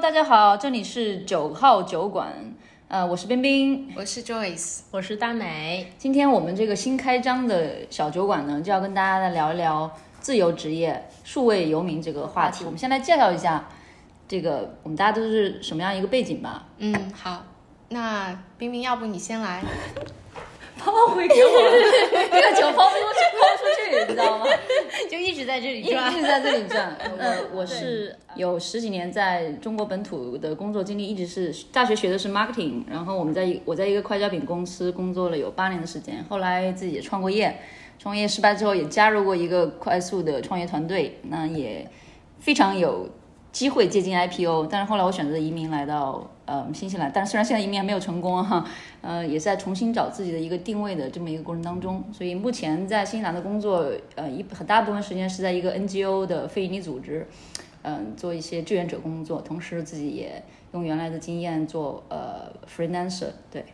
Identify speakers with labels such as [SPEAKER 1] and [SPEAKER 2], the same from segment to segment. [SPEAKER 1] 大家好，这里是九号酒馆，呃，我是冰冰。
[SPEAKER 2] 我是 Joyce，
[SPEAKER 3] 我是大美，
[SPEAKER 1] 今天我们这个新开张的小酒馆呢，就要跟大家来聊一聊自由职业、数位游民这个话题。我们先来介绍一下这个我们大家都是什么样一个背景吧。
[SPEAKER 2] 嗯，好，那冰冰，要不你先来？
[SPEAKER 1] 抛回给我， 这个球抛不出去，抛不出去，你知道吗？
[SPEAKER 3] 就一直在这里
[SPEAKER 1] 一
[SPEAKER 3] 转。
[SPEAKER 1] 直在这里 转。呃，我是有十几年在中国本土的工作经历，一直是大学学的是 marketing，然后我们在一我在一个快消品公司工作了有八年的时间，后来自己也创过业，创业失败之后也加入过一个快速的创业团队，那也非常有机会接近 IPO，但是后来我选择移民来到呃新西兰，但是虽然现在移民还没有成功哈、呃，也在重新找自己的一个定位的这么一个过程当中，所以目前在新西兰的工作，呃，一很大部分时间是在一个 NGO 的非营利组织，嗯、做一些志愿者工作，同时自己也用原来的经验做呃 freelancer，对，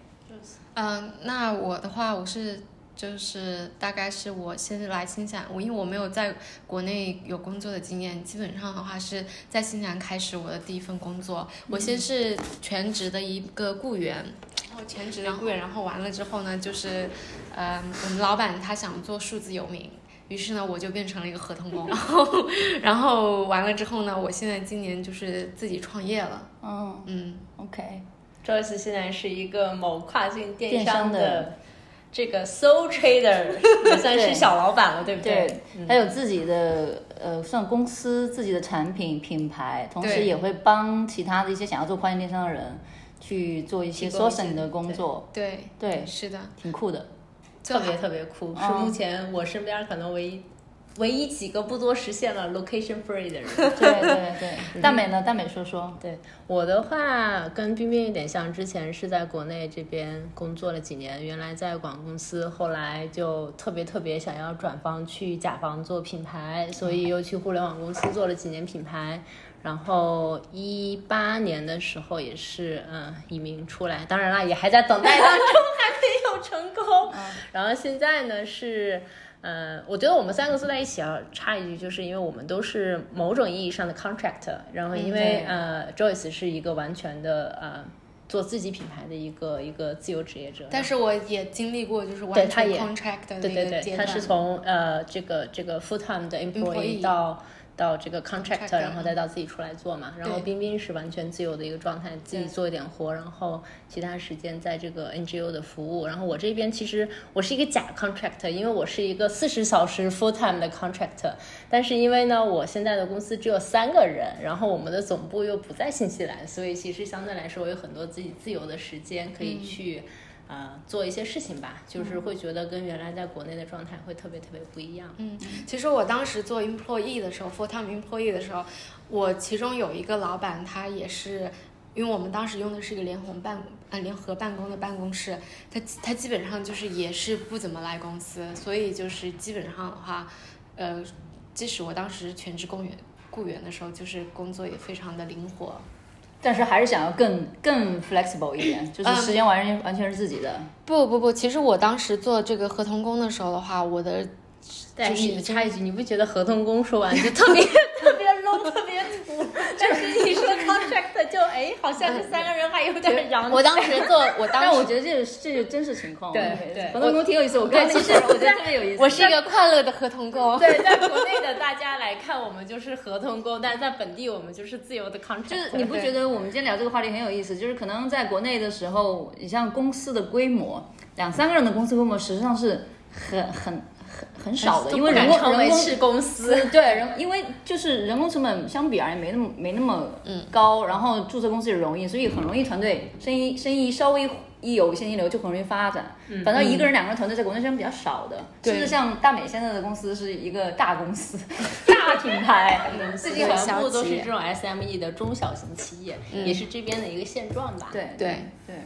[SPEAKER 2] 嗯，那我的话，我是就是大概是我先是来新西兰，我因为我没有在国内有工作的经验，基本上的话是在新西兰开始我的第一份工作。我先是全职的一个雇员，然后哦全职的雇员，然后完了之后呢，就是，嗯，我们老板他想做数字游民。于是呢，我就变成了一个合同工，然 后，然后完了之后呢，我现在今年就是自己创业了，
[SPEAKER 1] 嗯
[SPEAKER 2] 嗯，
[SPEAKER 1] ，OK，
[SPEAKER 3] Joyce 现在是一个某跨境
[SPEAKER 1] 电
[SPEAKER 3] 电
[SPEAKER 1] 商
[SPEAKER 3] 商
[SPEAKER 1] 的
[SPEAKER 3] 的这个 sole trader，也算
[SPEAKER 1] 对
[SPEAKER 3] 是小老板了，对不对？嗯
[SPEAKER 1] 对，他有自己的呃算公司自己的产品品牌，同时
[SPEAKER 2] 对
[SPEAKER 1] 也会帮其他的一些想要做跨境电商的人去做一些
[SPEAKER 3] 提供一些
[SPEAKER 1] sourcing 的工作，
[SPEAKER 2] 对，
[SPEAKER 1] 对，
[SPEAKER 2] 是的，
[SPEAKER 1] 挺 酷的，
[SPEAKER 2] 就
[SPEAKER 3] 特别特别酷，是
[SPEAKER 1] 嗯
[SPEAKER 3] 目前我身边可能唯一唯一几个不多实现了 location free 的人。
[SPEAKER 1] 对对 对。大美呢？大美说说。
[SPEAKER 4] 对我的话，跟冰冰有点像，之前是在国内这边工作了几年，原来在广告公司，后来就特别特别想要转方去甲方做品牌，所以又去互联网公司做了几年品牌。然后一八年的时候也是，嗯，移民出来，当然啦，也还在等待当中， 还没有成功。
[SPEAKER 2] 嗯
[SPEAKER 4] 然后现在呢是，呃，我觉得我们三个坐在一起啊，插一句，就是因为我们都是某种意义上的 contractor，然
[SPEAKER 2] 嗯
[SPEAKER 4] 后因为、呃，Joyce 是一个完全的呃做自己品牌的一个一个自由职业者，
[SPEAKER 2] 但是我也经历过，就是
[SPEAKER 4] 对
[SPEAKER 2] 完
[SPEAKER 4] 他
[SPEAKER 2] 全
[SPEAKER 4] 也
[SPEAKER 2] contract 的
[SPEAKER 4] 对
[SPEAKER 2] 那
[SPEAKER 4] 对
[SPEAKER 2] 个阶
[SPEAKER 4] 对，
[SPEAKER 2] 段。
[SPEAKER 4] 他是从呃这个这个 full time 的 employee
[SPEAKER 2] Employee
[SPEAKER 4] 到到这个 contractor，
[SPEAKER 2] contractor，
[SPEAKER 4] 然后再到自己出来做嘛。然后
[SPEAKER 2] 对
[SPEAKER 4] 冰冰是完全自由的一个状态，自己做一点活，然后其他时间在这个 NGO 的服务。然后我这边其实我是一个假 contractor，因为我是一个四十小时 full time 的 contractor，但是因为呢我现在的公司只有三个人，然后我们的总部又不在新西兰，所以其实相对来说我有很多自己自由的时间可以去。啊，做一些事情吧，就是会觉得跟原来在国内的状态会特别特别不一样。
[SPEAKER 2] 嗯，其实我当时做 employee 的时候，full time employee 的时候，我其中有一个老板，他也是，因为我们当时用的是一个联红办，呃，联合办公的办公室，他他基本上就是也是不怎么来公司，所以就是基本上的话，呃，即使我当时全职公员雇员的时候，就是工作也非常的灵活。
[SPEAKER 1] 但是还是想要更更 flexible 一点，就是时间完全、完全是自己的。
[SPEAKER 2] 不不不，其实我当时做这个合同工的时候的话，我的
[SPEAKER 4] 但
[SPEAKER 2] 就是是
[SPEAKER 4] 你插一句，你不觉得合同工说完就 特别特别 low，特别土？ 但是一说 contract 就哎，好像这三个人还有点嚷。
[SPEAKER 2] 我当 时做，我
[SPEAKER 1] 但
[SPEAKER 2] 当时
[SPEAKER 1] 我觉得这是这是真实情况。
[SPEAKER 4] 对对
[SPEAKER 1] 活动工挺有意思，我看那
[SPEAKER 4] 对
[SPEAKER 1] 个
[SPEAKER 4] 其实
[SPEAKER 1] 视频我觉得特别有意思。
[SPEAKER 2] 我是一个快乐的合同工。
[SPEAKER 4] 对，在国内的大家来看，我们就是合同工，但是在本地我们就是自由的 contract。
[SPEAKER 1] 就是你不觉得我们今天聊这个话题很有意思？就是可能在国内的时候，你像公司的规模，两三个人的公司规模实际上是很很很很少的，
[SPEAKER 4] 就
[SPEAKER 1] 因为
[SPEAKER 4] 不
[SPEAKER 1] 人
[SPEAKER 4] 敢
[SPEAKER 1] 工
[SPEAKER 4] 称
[SPEAKER 1] 人
[SPEAKER 4] 为
[SPEAKER 1] 工
[SPEAKER 4] 是公司，
[SPEAKER 1] 对人，因为就是人工成本相比而言没那么没那么高，然后注册公司也容易，所以很容易团队生意生意稍微一有现金流就很容易发展。反正一个人两个人团队在国内是比较少的，甚至像大美现在的公司是一个大公司、 大品牌，自
[SPEAKER 4] 最
[SPEAKER 1] 己
[SPEAKER 4] 近
[SPEAKER 1] 很嗯
[SPEAKER 4] 全部都
[SPEAKER 2] 企
[SPEAKER 4] 是
[SPEAKER 2] 业
[SPEAKER 4] 这种 E SME 的中小型企业，也是这边的一个现状吧。
[SPEAKER 1] 对
[SPEAKER 2] 对
[SPEAKER 1] 对。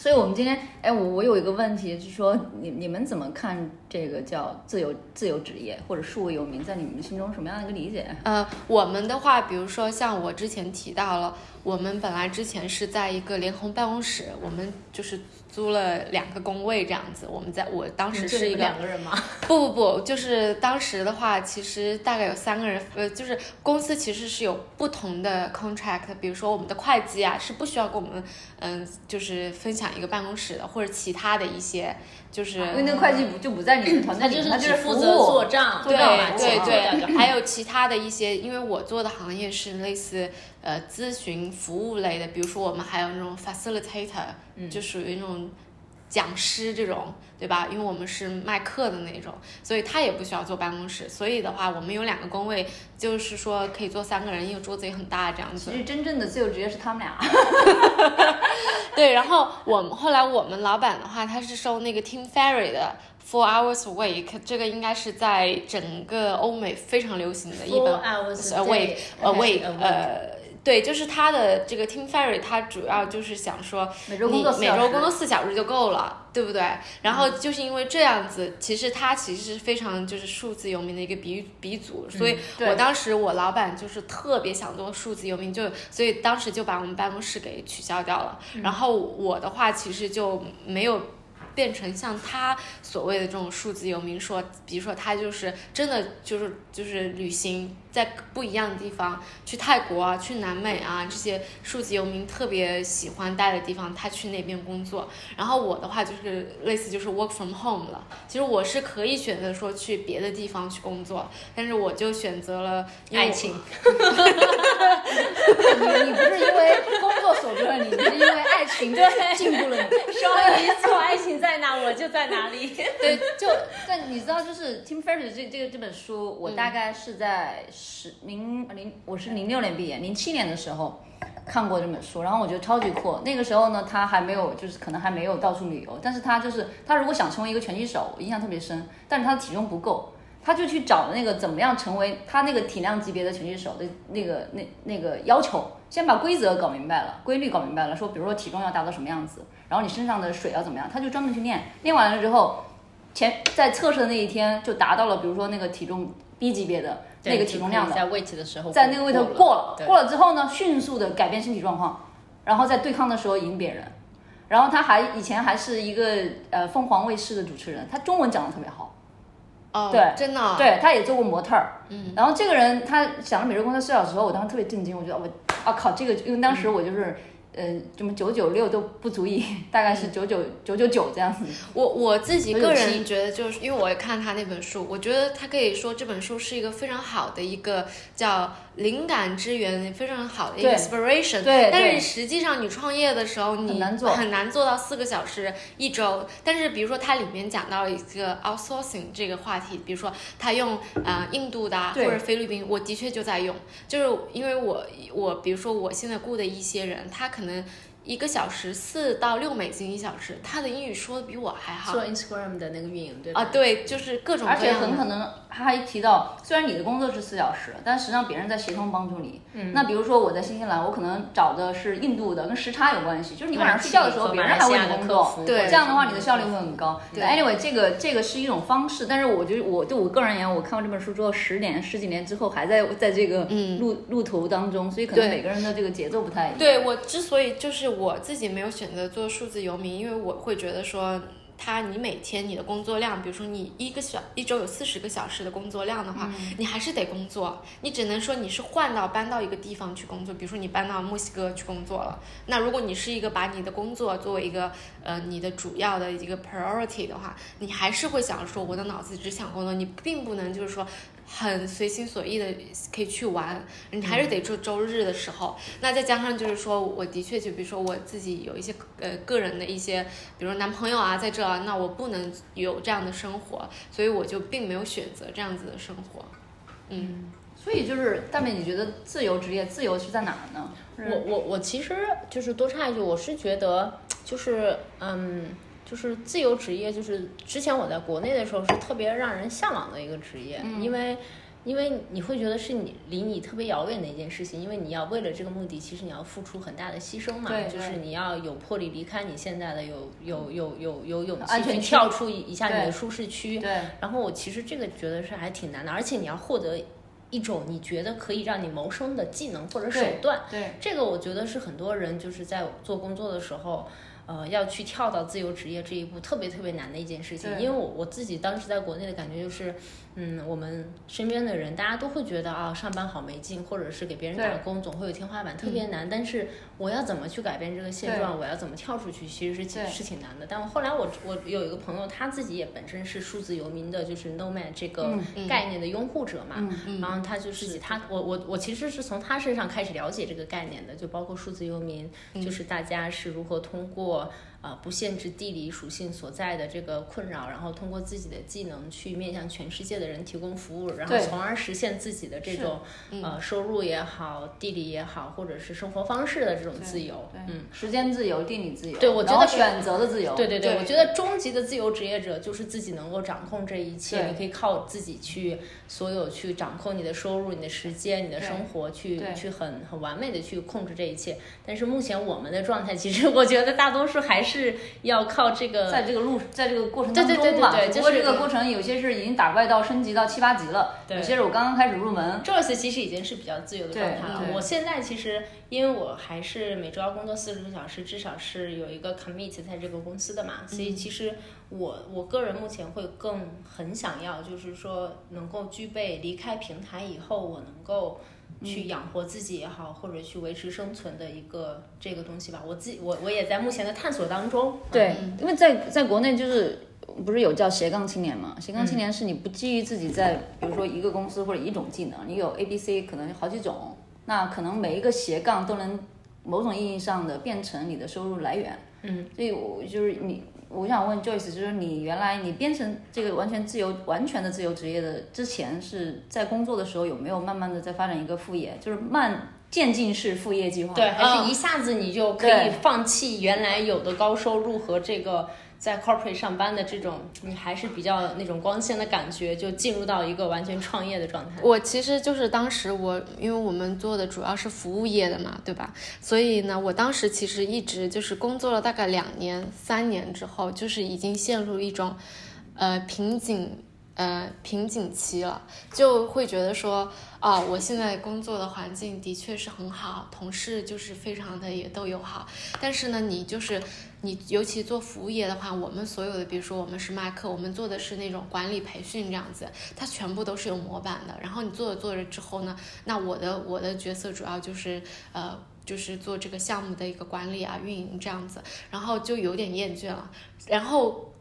[SPEAKER 1] 所以我们今天，哎，我我有一个问题，就是说你你们怎么看这个叫自由自由职业或者数位游民，在你们心中什么样的一个理解？啊
[SPEAKER 2] 呃，我们的话，比如说像我之前提到了，我们本来之前是在一个联红办公室，我们就是租了两个工位这样子。我们在我当
[SPEAKER 1] 嗯
[SPEAKER 2] 时是一个
[SPEAKER 4] 个人吗？
[SPEAKER 2] 不不不，就是当时的话，其实大概有三个人，呃，就是公司其实是有不同的 contract，比如说我们的会计啊是不需要跟我们，嗯、就是分享一个办公室的，或者其他的一些，就是、
[SPEAKER 1] 啊因为那个会计不就不在你们团
[SPEAKER 3] 他
[SPEAKER 1] 队里
[SPEAKER 3] 就
[SPEAKER 1] 面，
[SPEAKER 3] 是只
[SPEAKER 1] 他是
[SPEAKER 3] 负
[SPEAKER 1] 服
[SPEAKER 3] 责
[SPEAKER 1] 务
[SPEAKER 3] 做账，
[SPEAKER 2] 对
[SPEAKER 4] 啊
[SPEAKER 2] 对
[SPEAKER 3] 对
[SPEAKER 2] 对，还有其他的一些，因为我做的行业是类似呃咨询服务类的，比如说我们还有那种 facilitator，、就属于那种讲师这种，对吧？因为我们是卖课的那种，所以他也不需要坐办公室。所以的话，我们有两个工位，就是说可以坐三个人，因为桌子也很大这样子
[SPEAKER 1] 其。实真正的自由职业是他们俩， 啊
[SPEAKER 2] 对，然后我们后来我们老板的话，他是收那个 Tim Ferry 的 Four Hours a Week，这个应该是在整个欧美非常流行的一本
[SPEAKER 4] Four hours
[SPEAKER 2] a week a
[SPEAKER 4] away
[SPEAKER 2] week，呃，
[SPEAKER 1] uh,
[SPEAKER 2] 对，就是他的这个 Tim Ferry，他主要就是想说，
[SPEAKER 1] 每周工
[SPEAKER 2] 你
[SPEAKER 1] 作四
[SPEAKER 2] 每
[SPEAKER 1] 小时
[SPEAKER 2] 周工作四小时就够了，对不对？然后就是因为这样子，其实他其实是非常就是数字游民的一个鼻鼻祖，所以
[SPEAKER 1] 嗯对
[SPEAKER 2] 我当时我老板就是特别想做数字游民，就所以当时就把我们办公室给取消掉了。
[SPEAKER 1] 嗯
[SPEAKER 2] 然后我的话其实就没有。变成像他所谓的这种数字游民说，比如说他就是真的就是就是旅行在不一样的地方，去泰国啊，去南美啊这些数字游民特别喜欢待的地方，他去那边工作。然后我的话就是类似就是 work from home 了，其实我是可以选择说去别的地方去工作，但是我就选择了因为我
[SPEAKER 3] 爱情，
[SPEAKER 1] 你你不是因为工作锁住了你，你是因为爱情禁锢了你。
[SPEAKER 3] 双鱼座爱情在哪，我就在哪里。
[SPEAKER 1] 对，就但你知道，就是 Tim Ferriss 这这个这本书，我
[SPEAKER 3] 嗯
[SPEAKER 1] 大概是在十零零，我是零六年毕业，零七年的时候看过这本书，然后我觉得超级酷。那个时候呢，他还没有，就是可能还没有到处旅游，但是他就是他如果想成为一个拳击手，我印象特别深，但是他的体重不够。他就去找那个怎么样成为他那个体量级别的拳击手的那个那那个要求，先把规则搞明白了，规律搞明白了，说比如说体重要达到什么样子，然后你身上的水要怎么样，他就专门去练，练完了之后，前在测试的那一天就达到了，比如说那个体重 B 级别的 那个体重量的，
[SPEAKER 4] 在 weight 的时候，
[SPEAKER 1] 在那个位头过了，
[SPEAKER 4] 对
[SPEAKER 1] 过了之后呢，迅速的改变身体状况，然后在对抗的时候赢别人。然后他还以前还是一个呃凤凰卫视的主持人，他中文讲的特别好，
[SPEAKER 2] 哦，
[SPEAKER 1] 对
[SPEAKER 2] 真的，，
[SPEAKER 1] 对他也做过模特儿。啊嗯，然后这个人他想着每周工作四小时，我当时特别震惊，我觉得我啊靠，这个因为当时我就是。呃，什么九九六都不足以，大概是九九九九九这样子。
[SPEAKER 2] 我我自己
[SPEAKER 1] 有
[SPEAKER 2] 个
[SPEAKER 1] 勇
[SPEAKER 2] 人
[SPEAKER 1] 气
[SPEAKER 2] 觉得，就是因为我也看他那本书，我觉得他可以说这本书是一个非常好的一个叫灵感之源，非常好的一个
[SPEAKER 1] 对
[SPEAKER 2] inspiration。
[SPEAKER 1] 对
[SPEAKER 2] 但
[SPEAKER 1] 对
[SPEAKER 2] 是实际上你创业的时候，你
[SPEAKER 1] 难做
[SPEAKER 2] 很难做到四个小时一周。但是比如说它里面讲到了一个 outsourcing 这个话题，比如说他用呃印度的啊或
[SPEAKER 1] 对
[SPEAKER 2] 者菲律宾，我的确就在用，就是因为我我比如说我现在雇的一些人，他可能。一个小时四到六美金一小时，他的英语说的比我还好
[SPEAKER 4] 做 Instagram 的那个运营，对吧？
[SPEAKER 2] 啊，对，就是各种各
[SPEAKER 1] 而
[SPEAKER 2] 样的，
[SPEAKER 1] 且很可能他还提到，虽然你的工作是四小时，但实际上别人在协同帮助你。嗯，那比如说我在新西兰，我可能找的是印度的，跟时差有关系，就是你晚上睡觉的时候，别人还为你工作。
[SPEAKER 2] 对
[SPEAKER 1] 这样的话，你的效率会很高。
[SPEAKER 2] 对
[SPEAKER 1] anyway，这个这个是一种方式，但是我就我对我个人而言，我看过这本书之后，十年十几年之后，还在在这个
[SPEAKER 2] 嗯
[SPEAKER 1] 路、路途当中，所以可能
[SPEAKER 2] 对
[SPEAKER 1] 每个人的这个节奏不太一样。
[SPEAKER 2] 对我之所以就是我自己没有选择做数字游民，因为我会觉得说，他你每天你的工作量，比如说你一个小一周有四十个小时的工作量的话，你还是得工作，你只能说你是换到搬到一个地方去工作，比如说你搬到墨西哥去工作了。那如果你是一个把你的工作作为一个呃你的主要的一个 priority 的话，你还是会想说我的脑子只想工作，你并不能就是说很随心所欲的可以去玩，你还是得做周日的时候。那再加上就是说，我的确就比如说我自己有一些呃个人的一些，比如说男朋友啊在这啊，那我不能有这样的生活，所以我就并没有选择这样子的生活。嗯，
[SPEAKER 1] 所以就是大美，你觉得自由职业自由是在哪儿呢？
[SPEAKER 4] 我我我其实就是多插一句，我是觉得就是嗯，就是自
[SPEAKER 1] 嗯
[SPEAKER 4] 由职业，就是之前我在国内的时候是特别让人向往的一个职业，因为。因为你会觉得是你离你特别遥远的一件事情，因为你要为了这个目的，其实你要付出很大的牺牲嘛，
[SPEAKER 3] 对对
[SPEAKER 4] 就是你要有魄力离开你现在的有有有有有勇
[SPEAKER 1] 安
[SPEAKER 4] 气
[SPEAKER 1] 全
[SPEAKER 4] 去
[SPEAKER 1] 区
[SPEAKER 4] 跳出一一下你的
[SPEAKER 1] 对
[SPEAKER 4] 舒适区。
[SPEAKER 1] 对，
[SPEAKER 4] 然后我其实这个觉得是还挺难的，而且你要获得一种你觉得可以让你谋生的技能或者手
[SPEAKER 1] 对
[SPEAKER 4] 段，
[SPEAKER 1] 对，
[SPEAKER 4] 这个我觉得是很多人就是在做工作的时候，呃，要去跳到自由职业这一步特别特别难的一件事情。
[SPEAKER 1] 对
[SPEAKER 4] 因为我我自己当时在国内的感觉就是，嗯，我们身边的人大家都会觉得啊，上班好没劲，或者是给别人
[SPEAKER 1] 对嗯
[SPEAKER 4] 打工总会有天花板，特别难。但是我要怎么去改变这个现
[SPEAKER 1] 对
[SPEAKER 4] 状？我要怎么跳出去？其实是挺
[SPEAKER 1] 对
[SPEAKER 4] 是挺难的。但我后来我我有一个朋友，他自己也本身是数字游民的，就是 nomad 这个
[SPEAKER 1] 嗯
[SPEAKER 2] 嗯
[SPEAKER 4] 概念的拥护者嘛。
[SPEAKER 1] 嗯，
[SPEAKER 2] 嗯
[SPEAKER 4] 然后他就是他，我我我其实是从他身上开始了解这个概念的，就包括数字游民，
[SPEAKER 2] 嗯
[SPEAKER 4] 就是大家是如何通过啊、呃不限制地理属性所在的这个困扰，然后通过自己的技能去面向全世界的人提供服务，然后
[SPEAKER 1] 对
[SPEAKER 4] 从而实现自己的这
[SPEAKER 1] 是
[SPEAKER 4] 种
[SPEAKER 2] 嗯
[SPEAKER 4] 呃收入也好、地理也好，或者是生活方式的这种
[SPEAKER 1] 对
[SPEAKER 4] 自由
[SPEAKER 1] 对，
[SPEAKER 4] 嗯。
[SPEAKER 1] 时间自由，地理自由，
[SPEAKER 4] 对我觉得
[SPEAKER 1] 然后
[SPEAKER 4] 是
[SPEAKER 1] 选择的自由，
[SPEAKER 4] 对对对，
[SPEAKER 2] 对
[SPEAKER 4] 我觉得终极的自由职业者就是自己能够掌控这一切，
[SPEAKER 1] 对
[SPEAKER 4] 你可以靠自己去所有去掌控你的收入、你的时间、你的
[SPEAKER 1] 对
[SPEAKER 4] 生活，去
[SPEAKER 1] 对
[SPEAKER 4] 去很很完美的去控制这一切。但是目前我们的状态，其实我觉得大多数还是要靠这个。
[SPEAKER 1] 在这个路，在这个过程
[SPEAKER 4] 对
[SPEAKER 1] 当
[SPEAKER 4] 对
[SPEAKER 1] 中吧，
[SPEAKER 4] 对对对
[SPEAKER 1] 只不过
[SPEAKER 4] 就是
[SPEAKER 1] 这个过程有些是已经打怪到升级到七八级了，
[SPEAKER 4] 对
[SPEAKER 1] 有些是我刚刚开始入门，
[SPEAKER 4] Joyce 其实已经是比较自由的状态了
[SPEAKER 1] 对。对
[SPEAKER 4] 我现在其实，因为我还是每周要工作四十个小时，至少是有一个 commit 在这个公司的嘛，所以其实我我个人目前会更很想要，就是说能够具备离开平台以后，我能够去养活自己也好，或者去维持生存的一个这个东西吧。我自己我我也在目前的探索当中。
[SPEAKER 1] 对，因为在在国内就是不是有叫斜杠青年嘛？斜杠青年是你不基于自己在，比如说一个公司或者一种技能，你有 A、B、C，可能有好几种，那可能每一个斜杠都能某种意义上的变成你的收入来源。嗯，所以我就是你，我想问 Joyce，就是你原来你变成这个完全自由、完全的自由职业的之前，是在工作的时候有没有慢慢的在发展一个副业，就是慢渐进式副业计划？
[SPEAKER 4] 对，还是一下子你就可以
[SPEAKER 1] 嗯对
[SPEAKER 4] 放弃原来有的高收入和这个在 corporate 上班的这种，你还是比较那种光鲜的感觉，就进入到一个完全创业的状态。
[SPEAKER 2] 我其实就是当时我，因为我们做的主要是服务业的嘛，对吧？所以呢，我当时其实一直就是工作了大概两年、三年之后，就是已经陷入一种，呃瓶颈，呃瓶颈期了，就会觉得说啊，我现在工作的环境的确是很好，同事就是非常的也都友好，但是呢，你就是你，尤其做服务业的话，我们所有的，比如说我们是麦克，我们做的是那种管理培训这样子，它全部都是有模板的。然后你做着做着之后呢，那我的我的角色主要就是呃。就是做这个项目的一个管理啊、运营这样子，然后就有点厌倦了。然后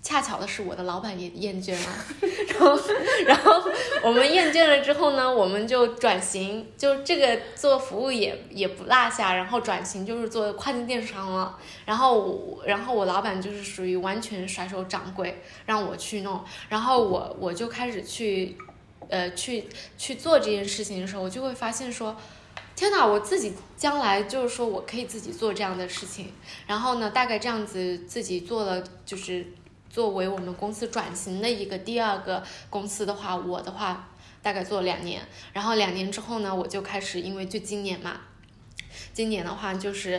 [SPEAKER 2] 恰巧的是，我的老板也厌倦了， 然后然后我们厌倦了之后呢，我们就转型，就这个做服务也也不落下，然后转型就是做跨境电商了。然后我，然后我老板就是属于完全甩手掌柜，让我去弄，然后我我就开始去，呃，去去做这件事情的时候，我就会发现说。天哪！我自己将来就是说我可以自己做这样的事情，然后呢，大概这样子自己做了，就是作为我们公司转型的一个第二个公司的话，我的话大概做了两年，然后两年之后呢，我就开始，因为就今年嘛，今年的话就是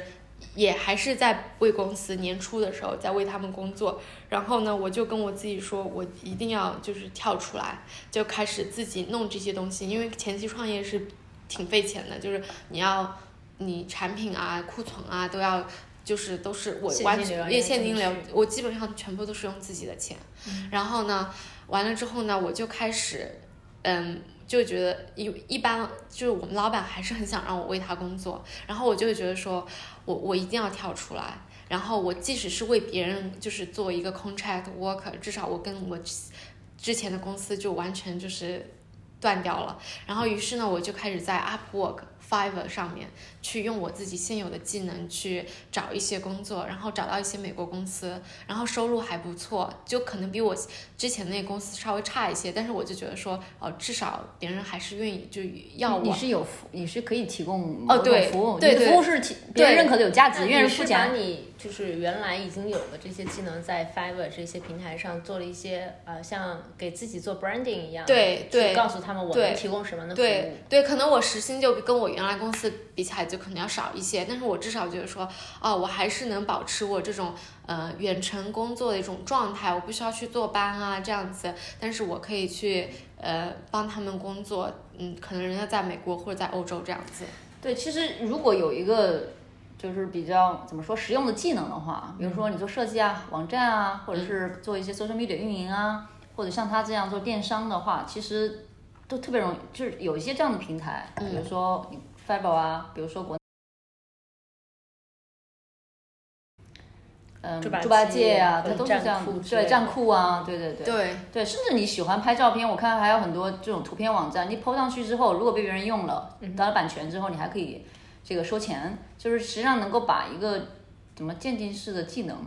[SPEAKER 2] 也还是在为公司年初的时候在为他们工作，然后呢，我就跟我自己说，我一定要就是跳出来，就开始自己弄这些东西，因为前期创业是挺费钱的，就是你要你产品啊、库存啊都要。就是都是我
[SPEAKER 4] 现金
[SPEAKER 2] 完
[SPEAKER 4] 流啊要
[SPEAKER 2] 全也现金流
[SPEAKER 4] 进去，
[SPEAKER 2] 我基本上全部都是用自己的钱。
[SPEAKER 4] 嗯
[SPEAKER 2] 然后呢，完了之后呢，我就开始，嗯，就觉得一一般就是我们老板还是很想让我为他工作，然后我就会觉得说我我一定要跳出来。然后我即使是为别人，就是做一个 contract worker，至少我跟我之前的公司就完全就是断掉了。然后于是呢，我就开始在 Upwork、Fiverr 上面去用我自己现有的技能去找一些工作，然后找到一些美国公司，然后收入还不错，就可能比我之前那个公司稍微差一些，但是我就觉得说，哦，至少别人还是愿意就要
[SPEAKER 1] 你
[SPEAKER 2] 我。
[SPEAKER 1] 是有服，你是可以提供
[SPEAKER 2] 哦
[SPEAKER 1] 某种
[SPEAKER 2] 对
[SPEAKER 1] 服务，
[SPEAKER 2] 对
[SPEAKER 1] 你的
[SPEAKER 2] 对
[SPEAKER 1] 服务是提别人
[SPEAKER 2] 对
[SPEAKER 1] 认可的、有价值，
[SPEAKER 4] 但
[SPEAKER 1] 愿意
[SPEAKER 4] 你
[SPEAKER 1] 付
[SPEAKER 4] 是
[SPEAKER 1] 钱
[SPEAKER 4] 把。你就是原来已经有的这些技能，在 Fiverr 这些平台上做了一些呃，像给自己做 branding 一样，
[SPEAKER 2] 对
[SPEAKER 4] 去
[SPEAKER 2] 对
[SPEAKER 4] 告诉他们我
[SPEAKER 2] 对
[SPEAKER 4] 能提供什么样的服务
[SPEAKER 2] 对。对，可能我时薪就比跟我原来公司比起来就可能要少一些，但是我至少觉得说，哦，我还是能保持我这种呃远程工作的一种状态，我不需要去坐班啊这样子，但是我可以去呃帮他们工作，嗯，可能人家在美国或者在欧洲这样子，
[SPEAKER 1] 对，其实如果有一个就是比较怎么说实用的技能的话，比如说你做设计啊、网站啊，或者是做一些 social media 运营啊，或者像他这样做电商的话，其实都特别容易，就是有一些这样的平台，比如说 Fiverr 啊，比如说国。嗯，
[SPEAKER 4] 猪八
[SPEAKER 1] 猪八
[SPEAKER 4] 戒
[SPEAKER 1] 戒啊，
[SPEAKER 4] 或
[SPEAKER 1] 它
[SPEAKER 4] 者
[SPEAKER 1] 都是
[SPEAKER 4] 站
[SPEAKER 1] 这样
[SPEAKER 4] 酷，之类
[SPEAKER 1] 对，
[SPEAKER 4] 的
[SPEAKER 1] 站酷啊，对对对，
[SPEAKER 2] 对
[SPEAKER 1] 对，甚至你喜欢拍照片，我看还有很多这种图片网站，你 PO 上去之后，如果被别人用了，
[SPEAKER 4] 嗯
[SPEAKER 1] 得了版权之后，你还可以这个收钱，就是实际上能够把一个怎么渐进式的技能，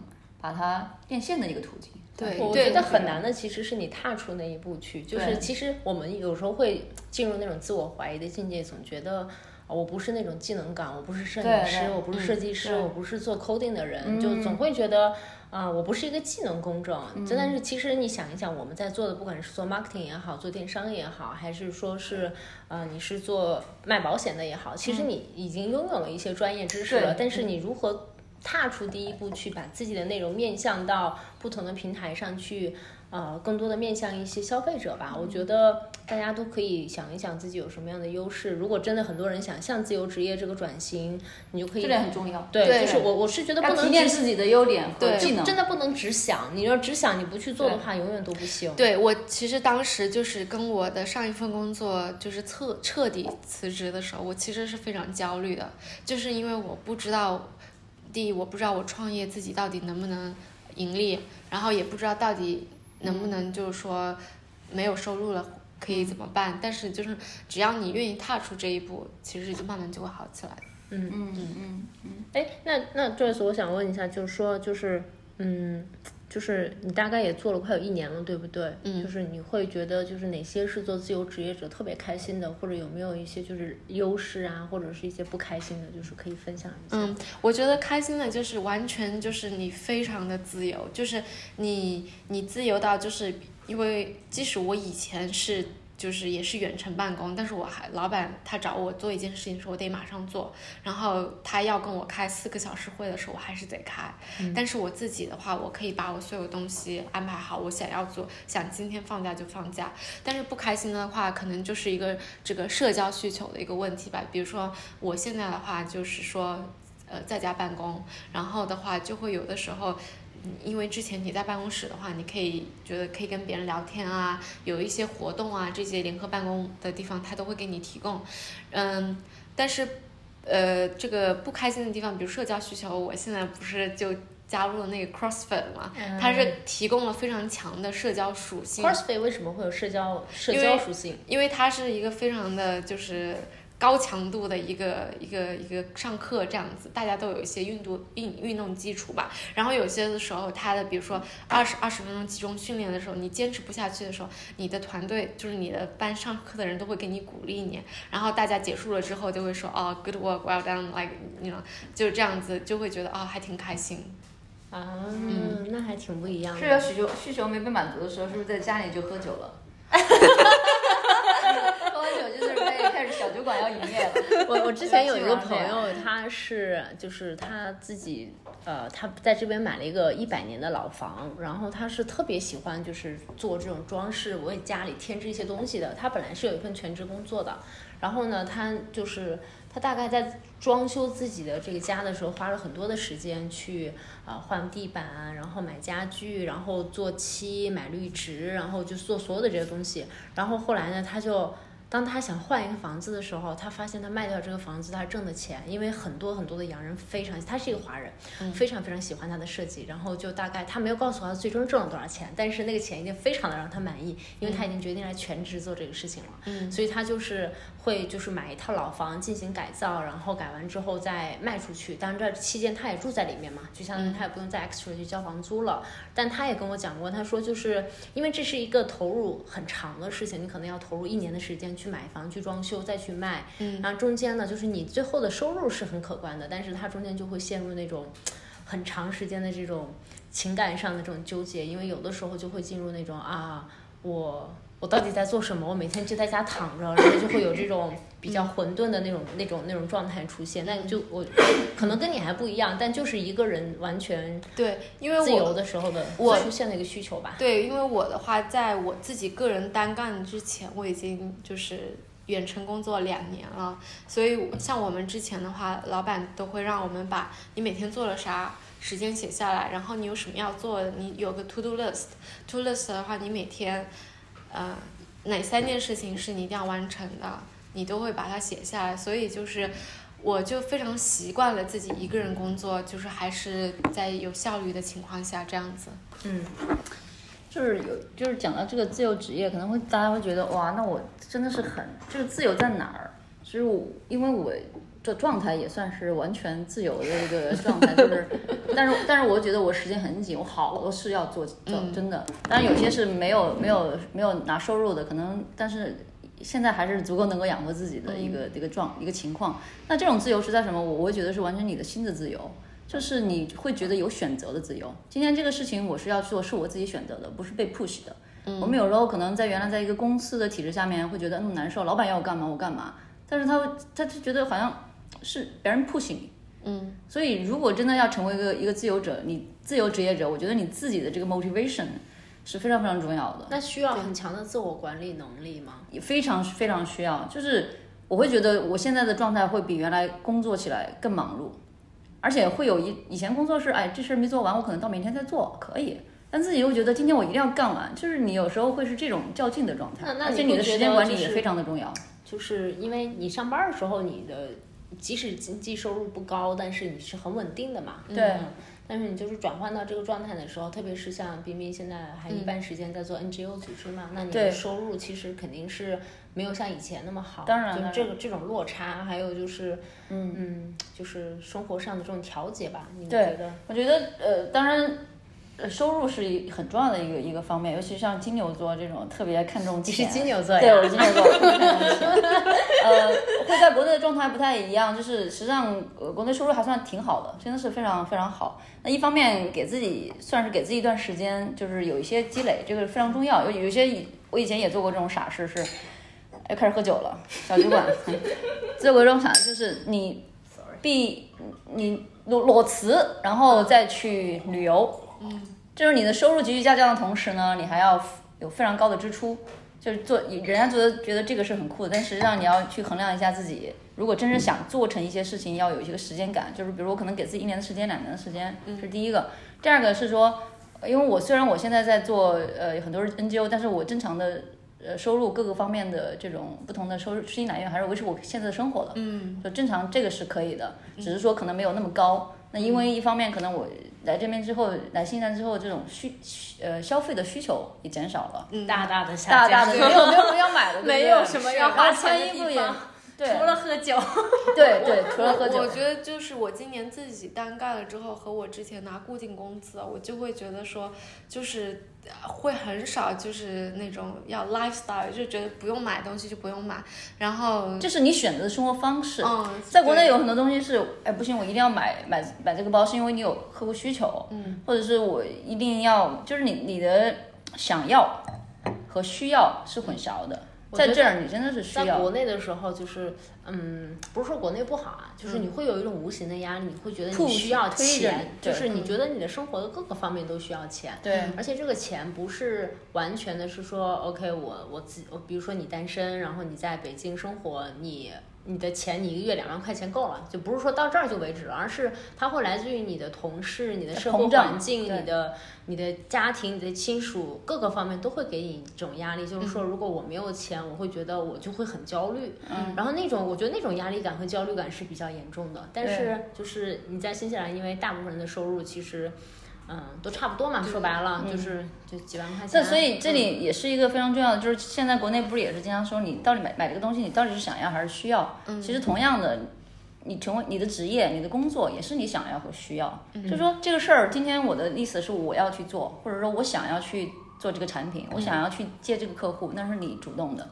[SPEAKER 1] 把它变现的一个途径。
[SPEAKER 2] 对
[SPEAKER 4] 我
[SPEAKER 2] 对
[SPEAKER 4] 觉得很难的其实是你踏出那一步去，就
[SPEAKER 1] 对
[SPEAKER 4] 是其实我们有时候会进入那种自我怀疑的境界，总觉得啊我不是那种技能岗，我不是摄
[SPEAKER 1] 对
[SPEAKER 4] 影师
[SPEAKER 1] 对，嗯
[SPEAKER 4] 我不是设计师，
[SPEAKER 1] 对嗯
[SPEAKER 4] 我不是做 coding 的人，就总会觉得。啊、我不是一个技能工种，
[SPEAKER 1] 嗯
[SPEAKER 4] 真但是其实你想一想，我们在做的，不管是做 marketing 也好，做电商也好，还是说是，呃，你是做卖保险的也好，其实你已经拥有了一些专业知识
[SPEAKER 1] 嗯
[SPEAKER 4] 了，
[SPEAKER 1] 对嗯
[SPEAKER 4] 但是你如何踏出第一步去把自己的内容面向到不同的平台上去，呃，更多的面向一些消费者
[SPEAKER 1] 嗯
[SPEAKER 4] 吧。我觉得大家都可以想一想自己有什么样的优势。如果真的很多人想向自由职业这个转型，你就可
[SPEAKER 1] 这
[SPEAKER 4] 以
[SPEAKER 1] 点很重要，
[SPEAKER 4] 对，
[SPEAKER 2] 对
[SPEAKER 4] 就是我我是觉得不
[SPEAKER 1] 要提
[SPEAKER 4] 能
[SPEAKER 1] 炼
[SPEAKER 4] 只
[SPEAKER 1] 自己的优点和
[SPEAKER 2] 对
[SPEAKER 1] 技能。
[SPEAKER 4] 真的不能只想，你要只想你不去做的话，永远都不行。
[SPEAKER 2] 对我其实当时就是跟我的上一份工作就是彻彻底辞职的时候，我其实是非常焦虑的，就是因为我不知道，第一我不知道我创业自己到底能不能盈利，然后也不知道到底能不能就是说没有收入了可以怎么办，但是就是只要你愿意踏出这一步，其实就慢慢就会好起来。
[SPEAKER 1] 嗯嗯嗯，
[SPEAKER 4] 哎，那那 Joyce，我想问一下，就是说，就是嗯，就是你大概也做了快有一年了，对不对？
[SPEAKER 2] 嗯
[SPEAKER 4] 就是你会觉得，就是哪些是做自由职业者特别开心的，或者有没有一些就是优势啊，或者是一些不开心的，就是可以分享一下。
[SPEAKER 2] 嗯，我觉得开心的就是完全就是你非常的自由，就是你你自由到就是因为即使我以前是。就是也是远程办公，但是我还老板他找我做一件事情的时候，我得马上做。然后他要跟我开四个小时会的时候，我还是得开。但是我自己的话，我可以把我所有东西安排好，我想要做，想今天放假就放假。但是不开心的话，可能就是一个这个社交需求的一个问题吧。比如说我现在的话，就是说呃在家办公，然后的话就会有的时候。嗯因为之前你在办公室的话，你可以觉得可以跟别人聊天啊，有一些活动啊，这些联合办公的地方他都会给你提供，嗯，但是，呃，这个不开心的地方，比如社交需求，我现在不是就加入了那个 CrossFit 嘛，它是提供了非常强的社交属性，
[SPEAKER 4] CrossFit 为什么会有社交社
[SPEAKER 2] 因
[SPEAKER 4] 交
[SPEAKER 2] 为
[SPEAKER 4] 属性？
[SPEAKER 2] 因为它是一个非常的就是高强度的一个一个一个上课这样子，大家都有一些运动运运动基础吧。然后有些的时候，它的比如说二十二十分钟集中训练的时候，你坚持不下去的时候，你的团队就是你的班上课的人都会给你鼓励你。然后大家结束了之后就会说哦，good work，well done，like you know，就是这样子就会觉得哦还挺开心。
[SPEAKER 4] 啊，那还挺不一样
[SPEAKER 2] 啊
[SPEAKER 1] 社交需求需求没被满足的时候，是不是在家里就 喝酒 了？喝完酒就是可以开始小酒馆要营业了。
[SPEAKER 4] 我我之前有一个朋
[SPEAKER 1] 基本上
[SPEAKER 4] 友，他是就是他自己呃，他在这边买了一个一百年的老房，然后他是特别喜欢就是做这种装饰，为家里添置一些东西的。他本来是有一份全职工作的，然后呢，他就是他大概在装修自己的这个家的时候，花了很多的时间去啊、呃换地板啊，然后买家具，然后做漆、买绿植，然后就做所有的这些东西。然后后来呢，他就当他想换一个房子的时候，他发现他卖掉这个房子，他挣的钱，因为很多很多的洋人非常，他是一个华人，
[SPEAKER 2] 嗯
[SPEAKER 4] 非常非常喜欢他的设计，然后就大概他没有告诉他最终挣了多少钱，但是那个钱已经非常的让他满意，因为他已经决定来全职做这个事情了，
[SPEAKER 2] 嗯
[SPEAKER 4] 所以他就是会就是买一套老房进行改造，然后改完之后再卖出去，当然这期间他也住在里面嘛，就相当
[SPEAKER 2] 嗯
[SPEAKER 4] 于他也不用再 extra 去交房租了，但他也跟我讲过，他说就是因为这是一个投入很长的事情，你可能要投入一年的时间去买房、去装修、再去卖，
[SPEAKER 2] 嗯
[SPEAKER 4] 然后中间呢，就是你最后的收入是很可观的，但是它中间就会陷入那种很长时间的这种情感上的这种纠结，因为有的时候就会进入那种啊，我。我到底在做什么？我每天就在家躺着，然后就会有这种比较混沌的那种、那种、那种状态出现。但就我可能跟你还不一样，但就是一个人完全
[SPEAKER 2] 对，因为
[SPEAKER 4] 自
[SPEAKER 2] 我
[SPEAKER 4] 由的时候的
[SPEAKER 2] 我
[SPEAKER 4] 出现的一个需求吧。
[SPEAKER 2] 对，因为我的话，在我自己个人单干之前，我已经就是远程工作两年了，所以像我们之前的话，老板都会让我们把你每天做了啥。时间写下来，然后你有什么要做的，你有个 to do list。to do list 的话，你每天，呃，哪三件事情是你一定要完成的，你都会把它写下来。所以就是，我就非常习惯了自己一个人工作，就是还是在有效率的情况下这样子。
[SPEAKER 4] 嗯
[SPEAKER 1] 就是有，就是讲到这个自由职业，可能会大家会觉得哇，那我真的是很，就是自由在哪儿？就是我因为我这状态也算是完全自由的一个状态，就是，但是但是我觉得我时间很紧，我好多事要做，真真的。当然有些是没有没有没有拿收入的，可能但是现在还是足够能够养活自己的一个、一个状一个情况。那这种自由是在什么？我我会觉得是完全你的心的自由。就是你会觉得有选择的自由。今天这个事情我是要做，是我自己选择的，不是被 push 的。我们有时候可能在原来在一个公司的体制下面会觉得嗯难受，老板要我干嘛我干嘛，但是他会他就觉得好像是别人 push 你。嗯，所以如果真的要成为一个一个自由者，你自由职业者，我觉得你自己的这个 motivation 是非常非常重要的。
[SPEAKER 4] 那需要很强的自我管理能力吗？
[SPEAKER 1] 也非常非常需要。就是我会觉得我现在的状态会比原来工作起来更忙碌，而且会有一以前工作是哎这事儿没做完，我可能到明天再做可以，但自己又觉得今天我一定要干完，就是你有时候会是这种较劲的状态，
[SPEAKER 4] 那那
[SPEAKER 1] 而
[SPEAKER 4] 你
[SPEAKER 1] 且你
[SPEAKER 4] 会
[SPEAKER 1] 的
[SPEAKER 4] 觉
[SPEAKER 1] 时间
[SPEAKER 4] 得
[SPEAKER 1] 管
[SPEAKER 4] 就
[SPEAKER 1] 理也
[SPEAKER 4] 是
[SPEAKER 1] 非常的重要。
[SPEAKER 4] 就是因为你上班的时候，你的即使经济收入不高，但是你是很稳定的嘛。
[SPEAKER 1] 对
[SPEAKER 4] 嗯但是你就是转换到这个状态的
[SPEAKER 1] 嗯
[SPEAKER 4] 时候，特别是像冰冰现在还一半时间在做 NGO 组织嘛，那你的
[SPEAKER 1] 对
[SPEAKER 4] 收入其实肯定是没有像以前那么好。
[SPEAKER 1] 当然
[SPEAKER 4] 就
[SPEAKER 1] 当
[SPEAKER 4] 这个这种落差，还有就是，嗯嗯，就是生活上的这种调节吧，你觉
[SPEAKER 1] 对
[SPEAKER 4] 得？
[SPEAKER 1] 我觉得呃，当然。呃，收入是一很重要的一个一个方面，尤其像金牛座这种特别看重
[SPEAKER 4] 你
[SPEAKER 1] 钱。
[SPEAKER 4] 是金牛座呀？
[SPEAKER 1] 对，我是金牛座。呃，会在国内的状态不太一样，就是实际上呃，国内收入还算挺好的，真的是非常非常好。那一方面给自己算是给自己一段时间，就是有一些积累，这个非常重要。有有一些以我以前也做过这种傻事，是哎开始喝酒了，小酒馆， 嗯做过这种傻，就是你必你裸裸辞，然后再去旅游，嗯，就是你的收入急剧下降的同时呢，你还要有非常高的支出。就是做，人家觉得觉得这个是很酷的，但实际上你要去衡量一下自己，如果真是想做成一些事情，要有一个时间感，就是比如我可能给自己一年的时间、两年的时间，这是第一个。第二个是说，呃因为我虽然我现在在做呃很多 NGO，但是我正常的呃收入各个方面的这种不同的收入资金来源还是维持我现在的生活的，嗯，就正常这个是可以的，只是说可能没有那么高。那因为一方面可能我来这边之后，来新西兰之后，这种需需呃消费的需求也减少了。
[SPEAKER 4] 嗯大大的下
[SPEAKER 1] 大大的
[SPEAKER 4] 降
[SPEAKER 1] 没有没有什么要买的，对不对
[SPEAKER 4] 没有什么要花
[SPEAKER 1] 然后穿
[SPEAKER 4] 钱的
[SPEAKER 1] 衣服
[SPEAKER 4] 地
[SPEAKER 1] 也
[SPEAKER 4] 方
[SPEAKER 1] 对
[SPEAKER 4] 除了喝酒。
[SPEAKER 1] 对对，除了喝
[SPEAKER 2] 我
[SPEAKER 1] 酒，
[SPEAKER 2] 我觉得就是我今年自己单干了之后，和我之前拿固定工资，我就会觉得说，就是呃会很少，就是那种要 lifestyle，就觉得不用买东西就不用买，然后
[SPEAKER 1] 嗯就是你选择的生活方式。
[SPEAKER 4] 哦
[SPEAKER 2] 嗯，
[SPEAKER 1] 在国内
[SPEAKER 2] 对
[SPEAKER 1] 有很多东西是，哎，不行，我一定要买买买这个包，是因为你有客户需求，嗯，或者是我一定要，就是你你的想要和需要是混淆的，在这儿你真的是需
[SPEAKER 4] 在
[SPEAKER 1] 要
[SPEAKER 4] 国，内的时候，就是嗯，不是说国内不好啊，就是你会有一种无形的压力，你会觉得你
[SPEAKER 1] Push，
[SPEAKER 4] 需要
[SPEAKER 1] 嗯推着你
[SPEAKER 4] 钱，就
[SPEAKER 1] 对嗯
[SPEAKER 4] 是你觉得你的生活的各个方面都需要钱。
[SPEAKER 1] 对
[SPEAKER 4] 而且这个钱不是完全的是说，OK，我我自我，比如说你单身，然后你在北京生活，你你的钱你一个月两万块钱够了，就不是说到这儿就为止了，而是它会来自于你的同事、你的社会
[SPEAKER 1] 膨胀
[SPEAKER 4] 环境、
[SPEAKER 1] 对
[SPEAKER 4] 你的你的家庭、你的亲属各个方面都会给你这种压力。就是说，如果我没有钱，我会觉得我就会很焦虑。
[SPEAKER 1] 嗯，
[SPEAKER 4] 然后那种，我觉得那种压力感和焦虑感是比较严重的。但是就是你在新西兰，因为大部分人的收入其实，嗯，都差不多嘛。说白了就是就几万块钱。
[SPEAKER 1] 嗯那所以这里也是一个非常重要的，就是现在国内不是也是经常说，你到底买买这个东西，你到底是想要还是需要？其实同样的，你成为你的职业、你的工作也是你想要和需要。就是说这个事儿，今天我的意思是我要去做，或者说我想要去做这个产品，我想要去接这个客户，那是你主动的。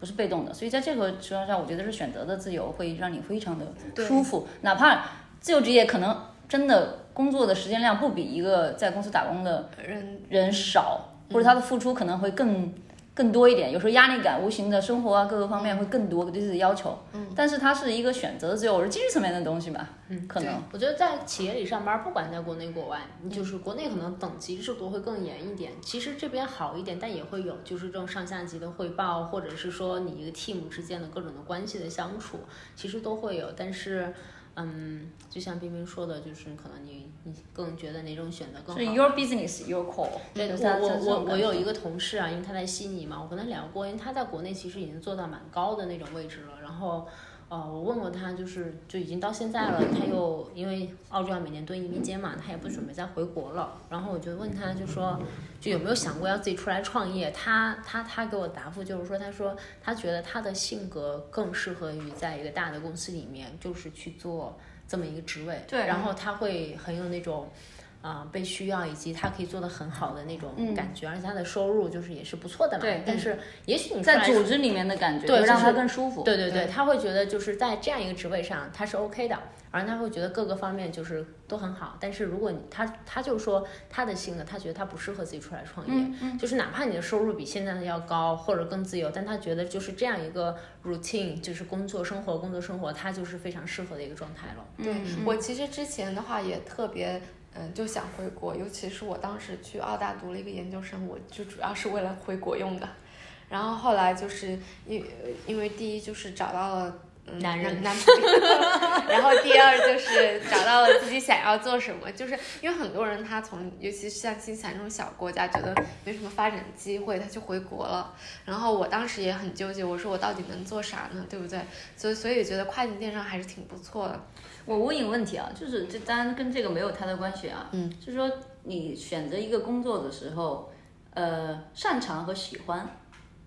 [SPEAKER 1] 不是被动的，所以在这个情况下，我觉得是选择的自由会让你非常的舒服，哪怕自由职业可能真的工作的时间量不比一个在公司打工的
[SPEAKER 2] 人
[SPEAKER 1] 人少，或者他的付出可能会更更多一点，有时候压力感无形的生活啊各个方面会更多，对自己的要求。嗯，但是它是一个选择的自由，我是精神层面的东西吧。嗯，可能
[SPEAKER 4] 我觉得在企业里上班，不管在国内国外，你就是国内可能等级制度会更严一点，其实这边好一点，但也会有就是这种上下级的汇报，或者是说你一个 team 之间的各种的关系的相处，其实都会有。但是，嗯，就像冰冰说的，就是可能你你更觉得哪种选择更好。
[SPEAKER 1] 是 your business your call。
[SPEAKER 4] 对，
[SPEAKER 1] 就
[SPEAKER 4] 我
[SPEAKER 1] 是它
[SPEAKER 4] 我
[SPEAKER 1] 这
[SPEAKER 4] 我
[SPEAKER 1] 种
[SPEAKER 4] 我
[SPEAKER 1] 感
[SPEAKER 4] 有
[SPEAKER 1] 觉
[SPEAKER 4] 一个同事啊，因为他在悉尼嘛，我跟他聊过，因为他在国内其实已经做到蛮高的那种位置了。然后，呃，我问过他，就是就已经到现在了，他又因为澳洲要每年蹲移民监嘛，他也不准备再回国了。然后我就问他，就说就有没有想过要自己出来创业？他他他给我答复就是说，他说他觉得他的性格更适合于在一个大的公司里面，就是去做这么一个职位。
[SPEAKER 1] 对
[SPEAKER 4] 然后他会很有那种。啊、被需要以及他可以做的很好的那种感觉，而且他的收入就是也是不错的嘛。
[SPEAKER 1] 嗯对嗯
[SPEAKER 4] 但是也许你出
[SPEAKER 1] 在
[SPEAKER 4] 来
[SPEAKER 1] 组织里面的感觉，
[SPEAKER 4] 对
[SPEAKER 1] 会让
[SPEAKER 4] 就
[SPEAKER 1] 他
[SPEAKER 4] 是
[SPEAKER 1] 更舒服。
[SPEAKER 4] 对对
[SPEAKER 2] 对
[SPEAKER 4] 对，他会觉得就是在这样一个职位上他是 OK 的，而他会觉得各个方面就是都很好。但是如果你他他就说他的性格，他觉得他不适合自己出来创业，就是哪怕你的收入比现在的要高或者更自由，但他觉得就是这样一个 routine，就是工作生活工作生活，他就是非常适合的一个状态了。
[SPEAKER 2] 对、
[SPEAKER 4] 嗯
[SPEAKER 2] 我其实之前的话也特别，嗯，就想回国，尤其是我当时去澳大读了一个研究生，我就主要是为了回国用的。然后后来就是因呃因为第一就是找到了。嗯
[SPEAKER 4] 男人
[SPEAKER 2] 男朋友，然后第二就是找到了自己想要做什么，就是因为很多人他从，尤其是像新西兰这种小国家，觉得没什么发展机会，他就回国了。然后我当时也很纠结，我说我到底能做啥呢，对不对？所以所以觉得跨境电商还是挺不错的。
[SPEAKER 1] 我问一个问题啊，就是这当然跟这个没有太大关系啊，嗯，就是说你选择一个工作的时候，呃，擅长和喜欢，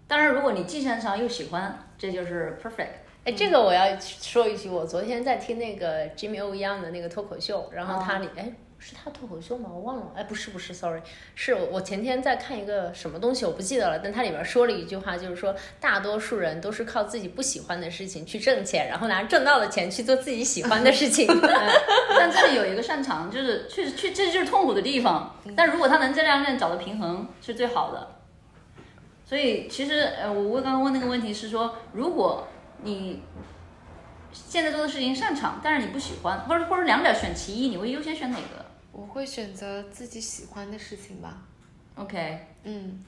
[SPEAKER 1] 当然如果你既擅长又喜欢，这就是 perfect。
[SPEAKER 4] 哎，这个我要说一句，我昨天在听那个 Jimmy O Young 的那个脱口秀，然后
[SPEAKER 1] 哦
[SPEAKER 4] 他里哎、是他脱口秀吗？我忘了，哎不是不是，sorry，是我我前天在看一个什么东西，我不记得了，但他里边说了一句话，就是说大多数人都是靠自己不喜欢的事情去挣钱，然后拿挣到的钱去做自己喜欢的事 情。
[SPEAKER 1] 但这里有一个擅长，就是确实确这就是痛苦的地方。
[SPEAKER 2] 嗯
[SPEAKER 1] 但如果他能这两点找到平衡，是最好的。所以其实呃，我我刚刚问那个问题是说，如果你现在做的事情擅长，但是你不喜欢，或者或者两者选其一，你会优先选哪个
[SPEAKER 2] 我会选择自己喜欢的事情吧。
[SPEAKER 1] ？OK，
[SPEAKER 2] 嗯，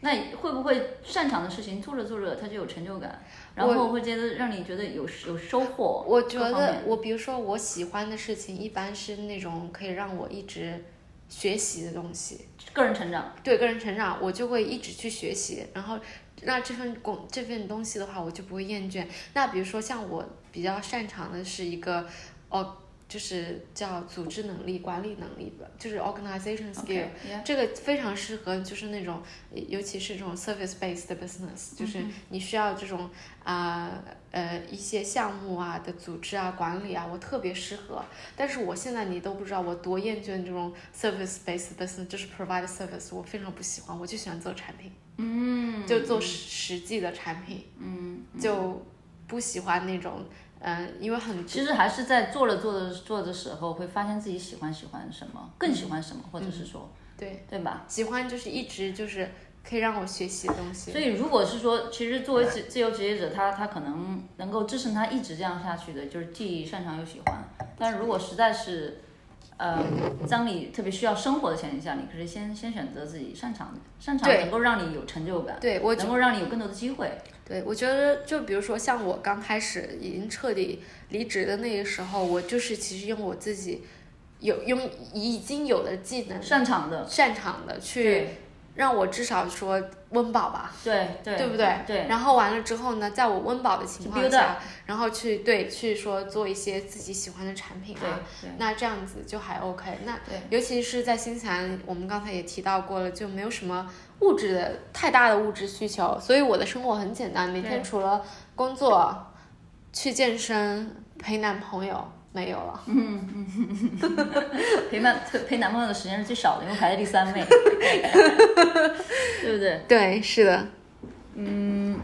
[SPEAKER 1] 那会不会擅长的事情做着做着它就有成就感，然后会觉得让你觉得有有收获？
[SPEAKER 2] 我觉
[SPEAKER 1] 各方
[SPEAKER 2] 得
[SPEAKER 1] 面
[SPEAKER 2] 我比如说我喜欢的事情，一般是那种可以让我一直学习的东西，
[SPEAKER 1] 个人成长，
[SPEAKER 2] 对个人成长，我就会一直去学习。然后，那这份工这份东西的话，我就不会厌倦。那比如说像我比较擅长的是一个，哦，就是叫组织能力、管理能力吧，嗯就是 organization skill。
[SPEAKER 1] yeah
[SPEAKER 2] 这个非常适合就是那种，呃尤其是这种 service based 的 business，就是你需要这种啊呃一些项目啊的组织啊管理啊，我特别适合。但是我现在你都不知道我多厌倦这种 service based business，就是 provide service，我非常不喜欢，我就喜欢做产品，嗯，就做实实际的产品，嗯，就不喜欢那种。嗯，因为很
[SPEAKER 1] 其实还是在做着做着做的时候，会发现自己喜欢喜欢什么，更喜欢什么，或者是
[SPEAKER 2] 嗯
[SPEAKER 1] 说，
[SPEAKER 2] 对
[SPEAKER 1] 对吧？
[SPEAKER 2] 喜欢就是一直就是可以让我学习的东西。
[SPEAKER 1] 所以，如果是说，其实作为自自由职业者，他他可能能够支撑他一直这样下去的，就是既擅长又喜欢。但是如果实在是，呃，当你特别需要生活的前提下，你可以先先选择自己擅长的，擅长
[SPEAKER 2] 对
[SPEAKER 1] 能够让你有成就感，
[SPEAKER 2] 对我觉
[SPEAKER 1] 能够让你有更多的机会。
[SPEAKER 2] 对，我觉得就比如说像我刚开始已经彻底离职的那个时候，我就是其实用我自己有用已经有的技能
[SPEAKER 1] 擅长的，
[SPEAKER 2] 擅长的去
[SPEAKER 1] 对
[SPEAKER 2] 让我至少说温饱吧，
[SPEAKER 1] 对对
[SPEAKER 2] 对不对？
[SPEAKER 1] 对，
[SPEAKER 2] 然后完了之后呢，在我温饱的情况
[SPEAKER 1] build
[SPEAKER 2] 下，然后去对去说做一些自己喜欢的产品
[SPEAKER 1] 对
[SPEAKER 2] 啊，
[SPEAKER 1] 对
[SPEAKER 2] 那这样子就还 OK。那
[SPEAKER 1] 对
[SPEAKER 2] 尤其是在新西兰，我们刚才也提到过了，就没有什么物质的太大的物质需求，所以我的生活很简单，每天除了工作、去健身、陪男朋友，没有了。
[SPEAKER 1] 陪伴陪男朋友的时间是最少的，因为我排在第三位，对不对？
[SPEAKER 2] 对，是的，嗯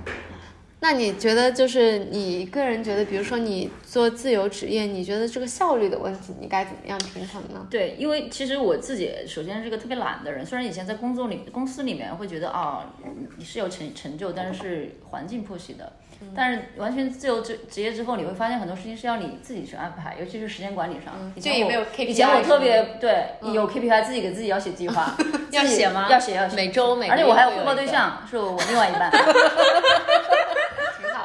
[SPEAKER 2] 那你觉得就是你个人觉得，比如说你做自由职业，你觉得这个效率的问题，你该怎么样平衡呢？
[SPEAKER 1] 对，因为其实我自己首先是个特别懒的人，虽然以前在工作里公司里面会觉得啊、你是有成成就，但是环境不许的。但是完全自由职职业之后，你会发现很多事情是要你自己去安排，尤其是时间管理上。以前
[SPEAKER 2] 就也
[SPEAKER 1] 我
[SPEAKER 2] 没有 KPI
[SPEAKER 1] 以前我特
[SPEAKER 2] 什
[SPEAKER 1] 别对有 KPI，自己给自己要写计划，
[SPEAKER 4] 要
[SPEAKER 1] 自己
[SPEAKER 4] 写吗？
[SPEAKER 1] 要写要写，
[SPEAKER 4] 每周每个
[SPEAKER 1] 而且我
[SPEAKER 4] 月
[SPEAKER 1] 还有
[SPEAKER 4] 会
[SPEAKER 1] 汇
[SPEAKER 4] 有
[SPEAKER 1] 报
[SPEAKER 4] 一
[SPEAKER 1] 对
[SPEAKER 4] 个，
[SPEAKER 1] 象，是我另外一半。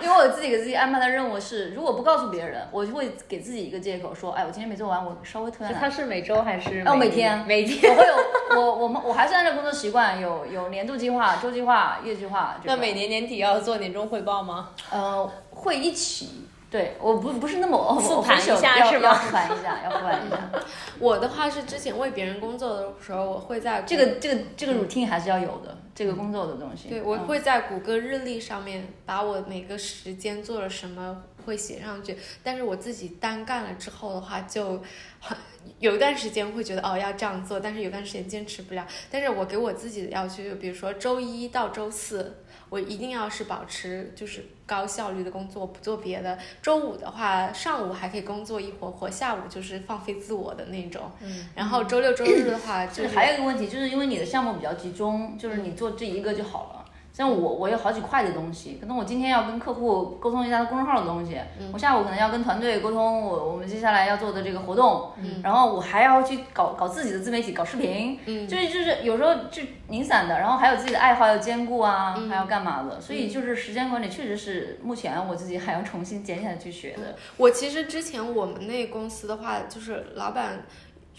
[SPEAKER 1] 因为我自己给自己安排的任务是，如果不告诉别人，我就会给自己一个借口说，哎，我今天没做完，我稍微拖下
[SPEAKER 4] 他
[SPEAKER 1] 来。
[SPEAKER 4] 是每周还是
[SPEAKER 1] 哦每
[SPEAKER 4] 每
[SPEAKER 1] 天
[SPEAKER 4] 每天。
[SPEAKER 1] 我会有我我们我还是按照工作习惯有有年度计划、周计划、月计划这种。
[SPEAKER 4] 那每年年底要做年终汇报吗？
[SPEAKER 1] 呃会一起。对，我不不是那么我
[SPEAKER 4] 复盘一下
[SPEAKER 1] 我分手要
[SPEAKER 4] 是吗
[SPEAKER 1] 要复盘一下，要复盘一下。
[SPEAKER 2] 我的话是之前为别人工作的时候，我会在
[SPEAKER 1] 这个这个这个 routine 还是要有的，这个工作的东西。
[SPEAKER 2] 对，我
[SPEAKER 1] 嗯
[SPEAKER 2] 会在谷歌日历上面把我每个时间做了什么会写上去，但是我自己单干了之后的话，就很有一段时间会觉得哦要这样做，但是有段时间坚持不了。但是我给我自己的要求，就比如说周一到周四，我一定要是保持就是高效率的工作，不做别的。周五的话，上午还可以工作一会儿会儿，下午就是放飞自我的那种。嗯。然后周六周日的 话，
[SPEAKER 1] 就
[SPEAKER 2] 就是是
[SPEAKER 1] 还有一个问题，就是因为你的项目比较集中，就是你做这一个就好了。像我，我有好几块的东西，可能我今天要跟客户沟通一下公众号的东西，我下午可能要跟团队沟通我我们接下来要做的这个活动，然后我还要去搞搞自己的自媒体，搞视频，就是就是有时候就零散的，然后还有自己的爱好要兼顾啊，还要干嘛的，所以就是时间管理确实是目前我自己还要重新捡起来去学的。
[SPEAKER 2] 我其实之前我们那公司的话，就是老板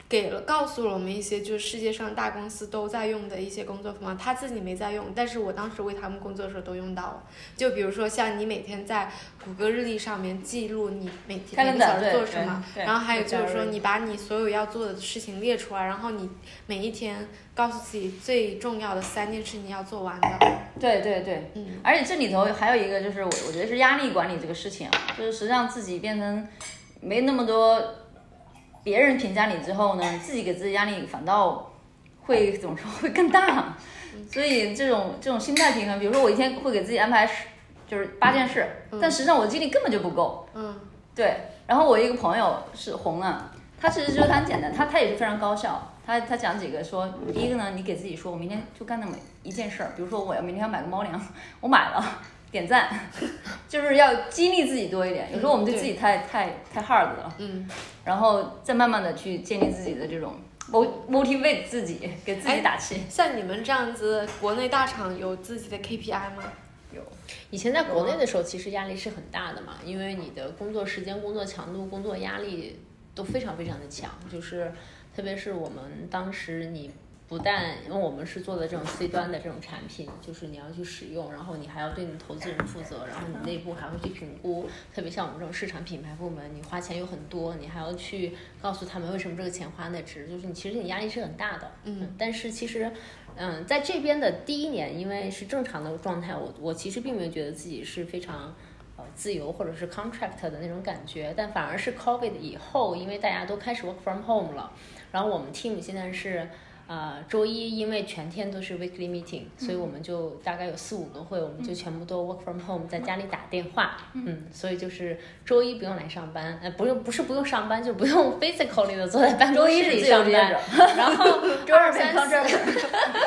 [SPEAKER 2] 给了告诉了我们一些，就是世界上大公司都在用的一些工作方法，他自己没在用，但是我当时为他们工作的时候都用到了。就比如说像你每天在谷歌日历上面记录你每天每个
[SPEAKER 1] Calendar，
[SPEAKER 2] 小时
[SPEAKER 1] 对
[SPEAKER 2] 做什么，
[SPEAKER 1] 对对
[SPEAKER 2] 然后还有就是说
[SPEAKER 4] 对
[SPEAKER 2] 你把你所有要做的事情列出来，然后你每一天告诉自己最重要的三件事情要做完的。
[SPEAKER 1] 对对对，
[SPEAKER 2] 嗯，
[SPEAKER 1] 而且这里头还有一个就是我我觉得是压力管理这个事情啊，就是实际上自己变成没那么多别人评价你之后呢，自己给自己压力反倒会怎么说会更大，所以这种这种心态平衡，比如说我一天会给自己安排十就是八件事，但实际上我精力根本就不够，
[SPEAKER 2] 嗯，
[SPEAKER 1] 对，然后我一个朋友是红啊，他其实就是他很简单，他他也是非常高效。他他讲几个说，第一个呢，你给自己说，我明天就干那么一件事儿，比如说我要明天要买个猫粮，我买了，点赞， 就是要激励自己多一点。有时候我们对自己太、太太 hard 了，
[SPEAKER 2] 嗯，
[SPEAKER 1] 然后再慢慢的去建立自己的这种 mo- motivate 自己，给自
[SPEAKER 2] 哎
[SPEAKER 1] 己打气。
[SPEAKER 2] 像你们这样子，国内大厂有自己的 KPI 吗？
[SPEAKER 4] 以前在国内的时候，其实压力是很大的嘛，因为你的工作时间、工作强度、工作压力都非常非常的强，就是特别是我们当时你。不但因为我们是做的这种 C 端的这种产品，就是你要去使用，然后你还要对你的投资人负责，然后你内部还会去评估。特别像我们这种市场品牌部门，你花钱又很多，你还要去告诉他们为什么这个钱花那值，就是你其实你压力是很大的。嗯，但是其实嗯，在这边的第一年，因为是正常的状态，我我其实并没有觉得自己是非常呃自由或者是 contract 的那种感觉，但反而是 COVID 以后，因为大家都开始 work from home 了，然后我们 team 现在是。呃，周一因为全天都是 weekly meeting，、所以
[SPEAKER 1] 嗯
[SPEAKER 4] 我们就大概有四五个会，我们就全部都 work from home，在家里打电话，嗯所以就是周一不用来上班，呃，不用不是不用上班，就不用 physically 的坐在 办公
[SPEAKER 1] 周一
[SPEAKER 4] 室
[SPEAKER 1] 是
[SPEAKER 4] 里
[SPEAKER 1] 自由
[SPEAKER 4] 上
[SPEAKER 1] 职业
[SPEAKER 4] 班
[SPEAKER 1] 者，，
[SPEAKER 4] 然后
[SPEAKER 1] 周二
[SPEAKER 4] 三
[SPEAKER 1] 变康
[SPEAKER 4] 四
[SPEAKER 1] 这儿。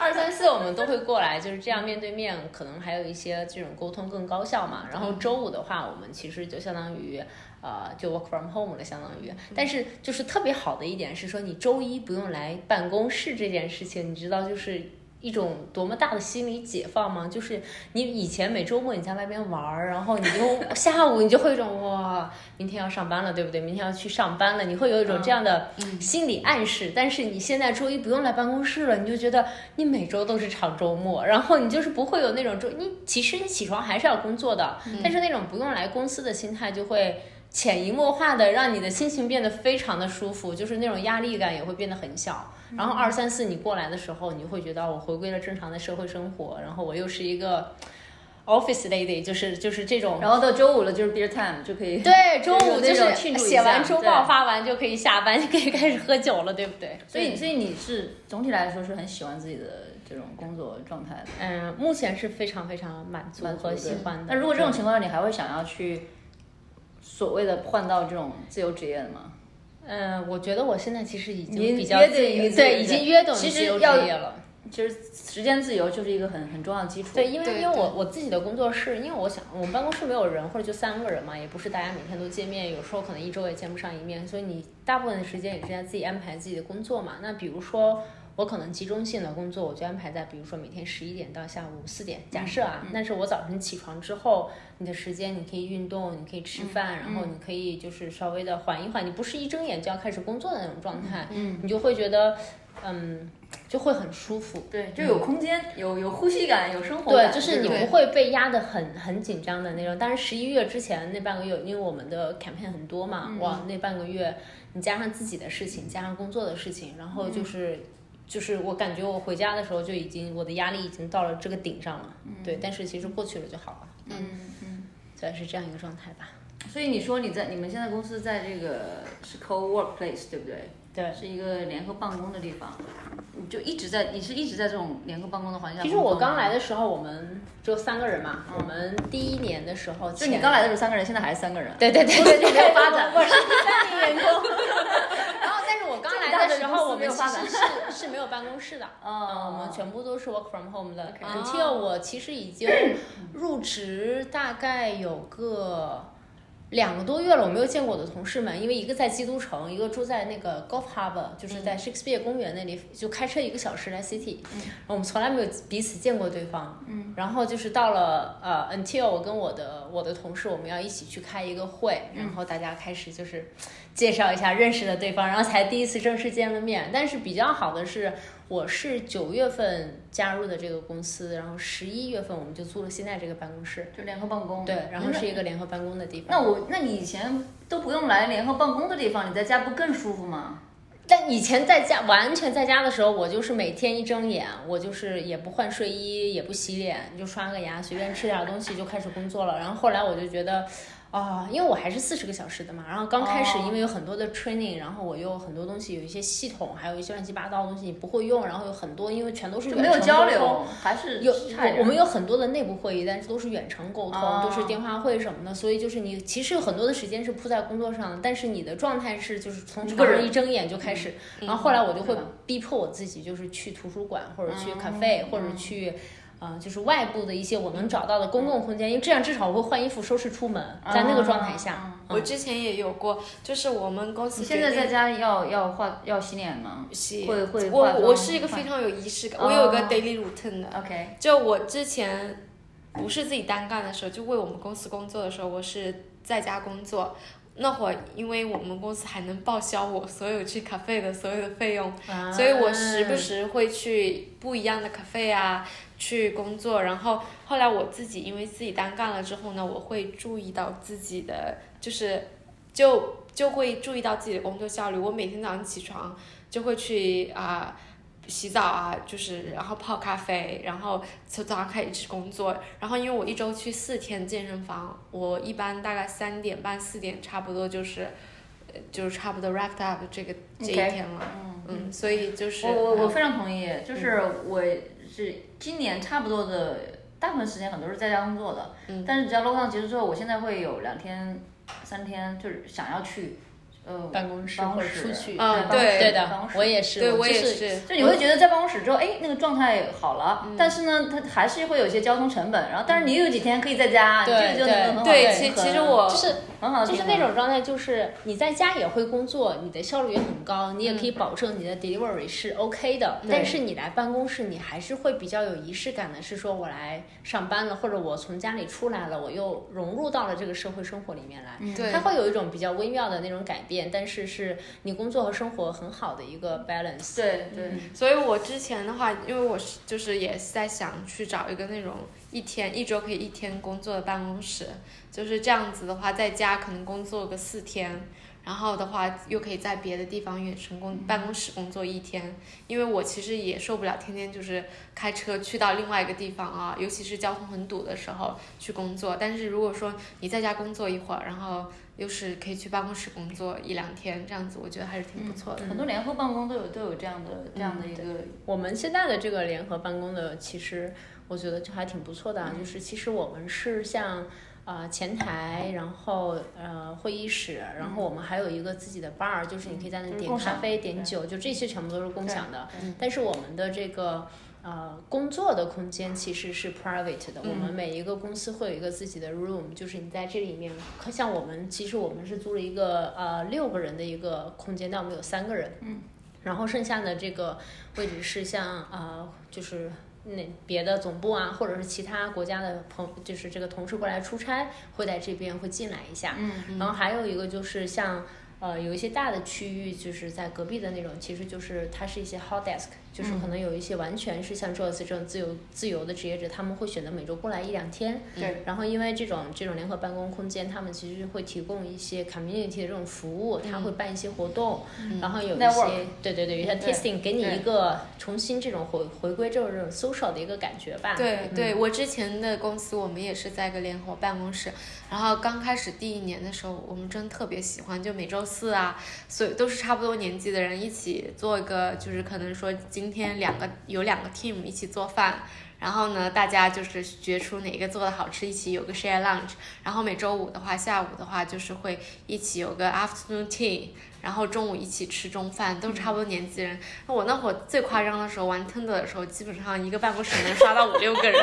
[SPEAKER 4] 二三四我们都会过来，就是这样面对面，可能还有一些这种沟通更高效嘛。然后周五的话，我们其实就相当于。呃，就 work from home 了，相当于。但是就是特别好的一点是说，你周一不用来办公室这件事情，你知道就是一种多么大的心理解放吗？就是你以前每周末你在外面玩儿，然后你就 下午你就会有一种哇，明天要上班了，对不对？明天要去上班了，你会有一种这样的心理暗示。但是你现在周一不用来办公室了，你就觉得你每周都是长周末， 然后你就是不会有那种周你其实你起床还是要工作的，但是那种不用来公司的心态就会。潜移默化的让你的心情变得非常的舒服，就是那种压力感也会变得很小。然后二三四你过来的时候，你会觉得我回归了正常的社会生活，然后我又是一个 office lady，就是就是这种
[SPEAKER 1] 然后到周五了就是 beer time 就可 以。
[SPEAKER 4] 对，中
[SPEAKER 1] 有
[SPEAKER 4] 午就
[SPEAKER 1] 那种
[SPEAKER 4] 是
[SPEAKER 1] 庆祝一
[SPEAKER 4] 写完
[SPEAKER 1] 下
[SPEAKER 4] 周报
[SPEAKER 1] 对
[SPEAKER 4] 发完就可以下班，就可以开始喝酒了，对不对？
[SPEAKER 1] 所以所以你是总体来说是很喜欢自己的这种工作状态的。
[SPEAKER 4] 嗯，目前是非常非常满足
[SPEAKER 1] 满足
[SPEAKER 4] 和喜
[SPEAKER 1] 对
[SPEAKER 4] 欢
[SPEAKER 1] 那
[SPEAKER 4] 的。
[SPEAKER 1] 如果这种情况下，你还会想要去所谓的换到这种自由职业的吗？
[SPEAKER 4] 嗯，我觉得我现在其实已经
[SPEAKER 1] 你
[SPEAKER 4] 比较
[SPEAKER 1] 约
[SPEAKER 4] 自
[SPEAKER 1] 等于
[SPEAKER 4] 由
[SPEAKER 1] 自由
[SPEAKER 4] 对，已
[SPEAKER 1] 职业
[SPEAKER 4] 经约等于
[SPEAKER 1] 其实
[SPEAKER 4] 自由职
[SPEAKER 1] 要
[SPEAKER 4] 业了。
[SPEAKER 1] 就是时间自由就是一个很很重要的基础。
[SPEAKER 4] 对，，因为
[SPEAKER 2] 对
[SPEAKER 4] 因为我我自己的工作室，因为我想我们办公室没有人，或者就三个人嘛，也不是大家每天都见面，有时候可能一周也见不上一面，所以你大部分的时间也是在自己安排自己的工作嘛。那比如说我可能集中性的工作，我就安排在比如说每天十一点到下午四点，假设啊，但是我早晨起床之后，你的时间你可以运动，你可以吃饭，然后你可以就是稍微的缓一缓，你不是一睁眼就要开始工作的那种状态，嗯，你就会觉得，嗯，就会很舒服。
[SPEAKER 1] 对，就有空间，有有呼吸感，有生活
[SPEAKER 4] 对，
[SPEAKER 1] 感，
[SPEAKER 4] 就是你
[SPEAKER 1] 这种
[SPEAKER 4] 不会被压得很很紧张的那种。但是十一月之前那半个月，因为我们的 campaign 很多嘛，
[SPEAKER 1] 嗯
[SPEAKER 4] 哇，那半个月你加上自己的事情，加上工作的事情，然后
[SPEAKER 1] 嗯
[SPEAKER 4] 就是、就是我感觉我回家的时候就已经我的压力已经到了这个顶上了，
[SPEAKER 1] 嗯
[SPEAKER 4] 对。但是其实过去了就好了，嗯所以是这样一个状态吧。
[SPEAKER 1] 所以你说你在你们现在公司在这个是 co workplace 对不对？
[SPEAKER 4] 对
[SPEAKER 1] 是一个联合办公的地方。你就一直在，你是一直在这种联合办公的环境下
[SPEAKER 4] 其
[SPEAKER 1] 工
[SPEAKER 4] 实
[SPEAKER 1] 作吗。
[SPEAKER 4] 我刚来的时候，我们只有三个人嘛，我们第一年的时候，
[SPEAKER 1] 就你刚来的时候三个人，现在还是三个人。
[SPEAKER 4] 对对 对对对，
[SPEAKER 1] 没有发 展
[SPEAKER 4] 我是第三名员工。然后，但是我刚来的时候，我们其实是是没有办公室的，
[SPEAKER 1] 哦
[SPEAKER 4] 嗯，我们全部都是 work from home 的。Until 我其实已经入职大概有个。两个多月了，我没有见过我的同事们，因为一个在基督城，一个住在那个 Gulf Harbor，就是在 Shakespeare 公园那里，就开车一个小时来 City，、我们从来没有彼此见过对方。嗯，然后就是到了呃，until 我跟我的我的同事，我们要一起去开一个会，然后大家开始就是介绍一下认识的对方，然后才第一次正式见了面。但是比较好的是，我是九月份加入的这个公司，然后十一月份我们就租了现在这个办公室，
[SPEAKER 1] 就联合办公。
[SPEAKER 4] 对，然后
[SPEAKER 1] 嗯那
[SPEAKER 4] 是一个联合办公的地方。
[SPEAKER 1] 那我，那你以前都不用来联合办公的地方，你在家不更舒服吗？
[SPEAKER 4] 但以前在家完全在家的时候，我就是每天一睁眼，我就是也不换睡衣，也不洗脸，就刷个牙，随便吃点东西就开始工作了。然后后来我就觉得。啊、因为我还是四十个小时的嘛，然后刚开始
[SPEAKER 1] 哦
[SPEAKER 4] 因为有很多的 training，、然后我又很多东西有一些系统，还有一些乱七八糟的东西你不会用，然后有很多因为全都是
[SPEAKER 1] 就没
[SPEAKER 4] 远
[SPEAKER 1] 有
[SPEAKER 4] 程
[SPEAKER 1] 交
[SPEAKER 4] 沟通
[SPEAKER 1] 流，还是
[SPEAKER 4] 有
[SPEAKER 1] 差点
[SPEAKER 4] 我我们有很多的内部会议，但是都是远程沟通，
[SPEAKER 1] 哦
[SPEAKER 4] 都是电话会什么的，所以就是你其实有很多的时间是扑在工作上的，但是你的状态是就是从
[SPEAKER 1] 一个
[SPEAKER 4] 床上
[SPEAKER 1] 人
[SPEAKER 4] 一睁眼就开始，然后后来我就
[SPEAKER 1] 对
[SPEAKER 4] 会
[SPEAKER 1] 吧
[SPEAKER 4] 逼迫我自己就是去图书馆或者去 cafe、或者去。啊、就是外部的一些我能找到的公共空间，因为这样至少我会换衣服、收拾出门，在那个状态下，
[SPEAKER 2] 我之前也有过，就是我们公
[SPEAKER 1] 嗯
[SPEAKER 2] 司
[SPEAKER 1] 你现
[SPEAKER 2] 决
[SPEAKER 1] 在在
[SPEAKER 2] 定
[SPEAKER 1] 家要要化要洗脸吗？
[SPEAKER 2] 洗
[SPEAKER 1] 会会
[SPEAKER 2] 我
[SPEAKER 1] 化妆
[SPEAKER 2] 我是一个
[SPEAKER 1] 化
[SPEAKER 2] 非常有仪式感，
[SPEAKER 1] 哦
[SPEAKER 2] 我有一个 daily routine 的。
[SPEAKER 1] OK，
[SPEAKER 2] 就我之前不是自己单干的时候，就为我们公司工作的时候，我是在家工作。那会儿，因为我们公司还能报销我所有去咖啡的所有的费用，
[SPEAKER 4] 啊
[SPEAKER 2] 哦所以我时不时会去不一样的咖啡啊，去工作。然后后来我自己因为自己单干了之后呢，我会注意到自己的就是就就会注意到自己的工作效率。我每天早上起床就会去啊、洗澡啊，就是然后泡咖啡，然后从早上开始一直工作。然后因为我一周去四天健身房，我一般大概三点半四点差不多就是。呃就是差不多 wrapped up 这个这一
[SPEAKER 1] OK
[SPEAKER 2] 天了嗯，所以就是嗯
[SPEAKER 1] 我我我非常同意，就是我是今年差不多的大部分时间很多是在家工作的，
[SPEAKER 2] 嗯
[SPEAKER 1] 但是只要 lockdown 结束之后，我现在会有两天三天就是想要去，呃，
[SPEAKER 4] 办公室
[SPEAKER 1] 办
[SPEAKER 4] 或
[SPEAKER 1] 公
[SPEAKER 4] 者
[SPEAKER 1] 室
[SPEAKER 4] 出去，
[SPEAKER 2] 啊
[SPEAKER 4] 办公
[SPEAKER 2] 对
[SPEAKER 4] 室对
[SPEAKER 1] 办
[SPEAKER 4] 的
[SPEAKER 1] 公，室
[SPEAKER 4] 我也是，
[SPEAKER 2] 对我
[SPEAKER 4] 就
[SPEAKER 2] 也
[SPEAKER 4] 是
[SPEAKER 2] 是，
[SPEAKER 1] 就你会觉得在办公室之后，哎，那个状态好了，
[SPEAKER 2] 嗯
[SPEAKER 1] 但是呢，它还是会有一些交通成本，然后但是你又有几天可以在家，你
[SPEAKER 4] 对
[SPEAKER 1] 这个就能很好地
[SPEAKER 2] 对，
[SPEAKER 1] 平
[SPEAKER 2] 其
[SPEAKER 1] 衡
[SPEAKER 2] 其实我
[SPEAKER 4] 就是
[SPEAKER 1] 很好地
[SPEAKER 4] 就
[SPEAKER 1] 平衡，
[SPEAKER 4] 是那种状态，就是你在家也会工作，你的效率也很高，你也可以保证你的 delivery 是 OK 的。但是你来办公室，你还是会比较有仪式感的，是说我来上班了，或者我从家里出来了，我又融入到了这个社会生活里面来。
[SPEAKER 2] 对
[SPEAKER 4] 它会有一种比较微妙的那种改变，但是是你工作和生活很好的一个 balance。
[SPEAKER 1] 对对，
[SPEAKER 2] 所以我之前的话，因为我是就是也是在想去找一个那种一天一周可以一天工作的办公室，就是这样子的话，在家可能工作个四天，然后的话又可以在别的地方远程工办公室工作一天，因为我其实也受不了天天就是开车去到另外一个地方啊，尤其是交通很堵的时候去工作。但是如果说你在家工作一会儿，然后又是可以去办公室工作一两天，这样子我觉得还是挺不错的。
[SPEAKER 1] 嗯
[SPEAKER 2] 嗯
[SPEAKER 1] 很多联合办公都有都有这样的这样的一个，
[SPEAKER 4] 我们现在的这个联合办公的，其实我觉得就还挺不错的啊。
[SPEAKER 1] 嗯
[SPEAKER 4] 就是其实我们是像呃前台，然后呃会议室，然后我们还有一个自己的 bar，就是你可以在那
[SPEAKER 1] 嗯就是
[SPEAKER 4] 点
[SPEAKER 1] 共
[SPEAKER 4] 咖
[SPEAKER 1] 享
[SPEAKER 4] 啡、点酒，就这些全部都是共享的
[SPEAKER 2] 对对。
[SPEAKER 4] 但是我们的这个。呃，工作的空间其实是 private 的。
[SPEAKER 2] 嗯
[SPEAKER 4] 我们每一个公司会有一个自己的 room，就是你在这里面，可像我们其实我们是租了一个呃六个人的一个空间，但我们有三个人。
[SPEAKER 1] 嗯。
[SPEAKER 4] 然后剩下的这个位置是像呃，就是那别的总部啊，或者是其他国家的朋，就是这个同事过来出差，会在这边会进来一下。
[SPEAKER 1] 嗯
[SPEAKER 4] 然后还有一个就是像呃有一些大的区域，就是在隔壁的那种，其实就是它是一些 hot desk，就是
[SPEAKER 1] 嗯
[SPEAKER 4] 可能有一些完全是像 Joyce 这种自由自由的职业者，他们会选择每周过来一两天。
[SPEAKER 1] 对。
[SPEAKER 4] 然后因为这种这种联合办公空间，他们其实会提供一些 community 的这种服务，他会办一些活动，然后有一
[SPEAKER 1] 嗯 Network
[SPEAKER 4] 些对对对，有些
[SPEAKER 1] 对
[SPEAKER 4] tasting 给你
[SPEAKER 1] 对
[SPEAKER 4] 一个重新这种回回归这种这种 social 的一个感觉吧。
[SPEAKER 2] 对对，我之前的公司我们也是在一个联合办公室，然后刚开始第一年的时候，我们真特别喜欢，就每周四啊，所以都是差不多年纪的人一起做一个，就是可能说今天两个有两个 team 一起做饭。然后呢，大家就是决出哪个做的好吃，一起有个 share lunch。然后每周五的话，下午的话就是会一起有个 afternoon tea，然后中午一起吃中饭，都差不多年纪人。那我那会儿最夸张的时候玩 Tinder 的时候，基本上一个办公室能刷到五六个人。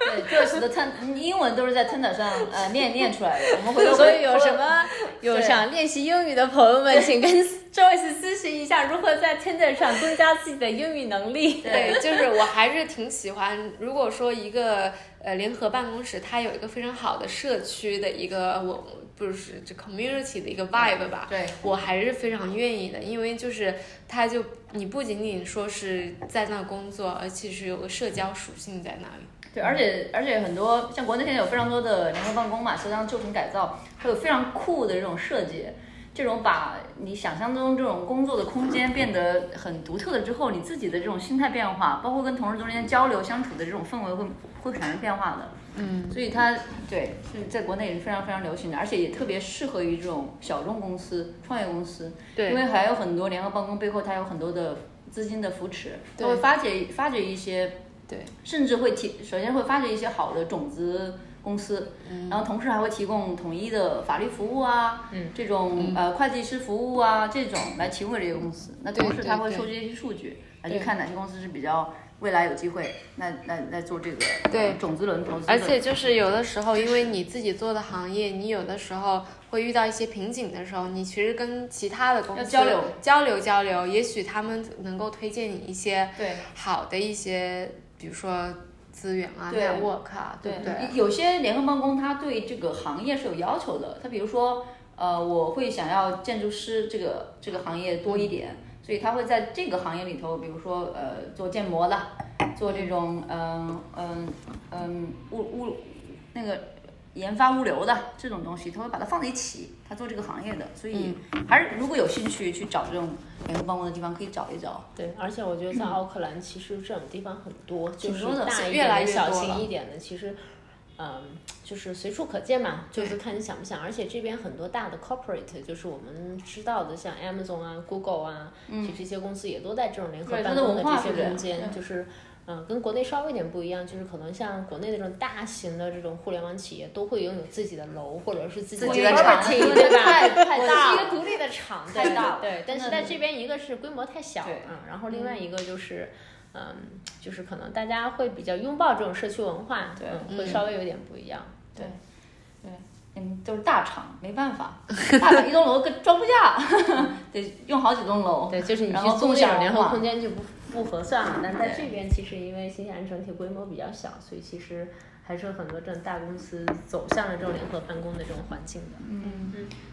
[SPEAKER 1] 对 Joyce 的 t 英文都是在 Tinder 上呃念念出来的，我们回头
[SPEAKER 4] 所以有什么有想练习英语的朋友们，请跟 Joyce 咨询一下如何在 Tinder 上增加自己的英语能 力。
[SPEAKER 2] 对，就是我还是挺喜欢。如果说一个呃联合办公室，它有一个非常好的社区的一个我不是这 community 的一个 vibe
[SPEAKER 4] 啊
[SPEAKER 2] 吧，
[SPEAKER 1] 对
[SPEAKER 2] 我还是非常愿意的，因为就是它就你不仅仅说是在那工作，而且是有个社交属性在那里。
[SPEAKER 1] 对，而且而且很多像国内现在有非常多的联合办公嘛，实际上旧城改造，还有非常酷的这种设计，这种把你想象中这种工作的空间变得很独特了之后，你自己的这种心态变化，包括跟同事中间交流相处的这种氛围会会产生变化的。嗯，所以它对是在国内也是非常非常流行的，而且也特别适合于这种小众公司、创业公司，因为还有很多联合办公背后它有很多的资金的扶持，它会
[SPEAKER 2] 对
[SPEAKER 1] 发掘发掘一些
[SPEAKER 2] 对
[SPEAKER 1] 甚至会提，首先会发掘一些好的种子公司，
[SPEAKER 2] 嗯
[SPEAKER 1] 然后同时还会提供统一的法律服务啊，嗯、这种、呃会计师服务啊，这种来提供给这个公司。那
[SPEAKER 2] 对
[SPEAKER 1] 同时
[SPEAKER 2] 对
[SPEAKER 1] 他会
[SPEAKER 2] 对
[SPEAKER 1] 收集一些数据，来去
[SPEAKER 2] 对
[SPEAKER 1] 看哪些公司是比较未来有机会，那那那做这个呃
[SPEAKER 2] 对
[SPEAKER 1] 种子轮投资的。
[SPEAKER 2] 而且就是有的时候，因为你自己做的行业，你有的时候会遇到一些瓶颈的时候，你其实跟其他的公司
[SPEAKER 1] 要交流
[SPEAKER 2] 交流交流，也许他们能够推荐你一些
[SPEAKER 1] 对
[SPEAKER 2] 好的一些，比如说资源啊、
[SPEAKER 1] 对
[SPEAKER 2] network 啊，对不对？
[SPEAKER 1] 有有些联合办公它对这个行业是有要求的，它比如说，呃，我会想要建筑师这个这个行业多一点，所以它会在这个行业里头，比如说呃做建模的，做这种嗯嗯嗯物物那个研发物流的这种东西，它会把它放在一起，它做这个行业的，所以还是如果有兴趣去找这种联合办公的地方，可以找一找。
[SPEAKER 4] 对，而且我觉得在奥克兰，其实这种地方很多，就
[SPEAKER 1] 挺
[SPEAKER 4] 是
[SPEAKER 1] 多的
[SPEAKER 4] 大一
[SPEAKER 2] 越
[SPEAKER 4] 点
[SPEAKER 2] 来
[SPEAKER 4] 的、
[SPEAKER 2] 越
[SPEAKER 4] 小
[SPEAKER 2] 多
[SPEAKER 4] 型
[SPEAKER 2] 了
[SPEAKER 4] 一点的，其实，嗯，就是随处可见嘛，就是看你想不想。而且这边很多大的 corporate，就是我们知道的，像 Amazon 啊、Google 啊，就这些公司也都在这种联
[SPEAKER 1] 嗯
[SPEAKER 4] 合
[SPEAKER 1] 对它
[SPEAKER 4] 办
[SPEAKER 1] 的
[SPEAKER 4] 公
[SPEAKER 1] 文
[SPEAKER 4] 的
[SPEAKER 1] 化
[SPEAKER 4] 这
[SPEAKER 1] 是这
[SPEAKER 4] 些
[SPEAKER 1] 样
[SPEAKER 4] 空间，
[SPEAKER 1] 对
[SPEAKER 4] 就是。嗯，跟国内稍微有点不一样，就是可能像国内那种大型的这种互联网企业，都会拥有自己的楼或者是自己
[SPEAKER 1] 自己
[SPEAKER 4] 的
[SPEAKER 1] 的厂
[SPEAKER 4] property，对 吧？
[SPEAKER 1] 太太
[SPEAKER 4] 我
[SPEAKER 1] 大
[SPEAKER 4] 是
[SPEAKER 1] 了
[SPEAKER 4] 一个独立的厂，
[SPEAKER 1] 太
[SPEAKER 4] 对
[SPEAKER 1] 大了
[SPEAKER 4] 对。但
[SPEAKER 1] 真的
[SPEAKER 4] 是在
[SPEAKER 1] 是
[SPEAKER 4] 这边，一个是规模太小，
[SPEAKER 1] 对
[SPEAKER 4] 嗯，然后另外一个就是，嗯，就是可能大家会比较拥抱这种社区文化，
[SPEAKER 1] 对
[SPEAKER 4] 嗯，
[SPEAKER 2] 嗯
[SPEAKER 4] 会稍微有点不一样。
[SPEAKER 1] 嗯，都是大厂，没办法，大厂一栋楼跟装不下， 得用好几栋楼。
[SPEAKER 4] 对，就是你
[SPEAKER 1] 然
[SPEAKER 4] 去
[SPEAKER 1] 后
[SPEAKER 4] 租
[SPEAKER 1] 共
[SPEAKER 4] 这
[SPEAKER 1] 享
[SPEAKER 4] 种联合
[SPEAKER 1] 化
[SPEAKER 4] 空间就 不不合算了。但在
[SPEAKER 1] 对
[SPEAKER 4] 这边，其实因为新西兰整体规模比较小，所以其实还是有很多这种大公司走向了这种联合办公的这种环境的。
[SPEAKER 1] 嗯
[SPEAKER 2] 嗯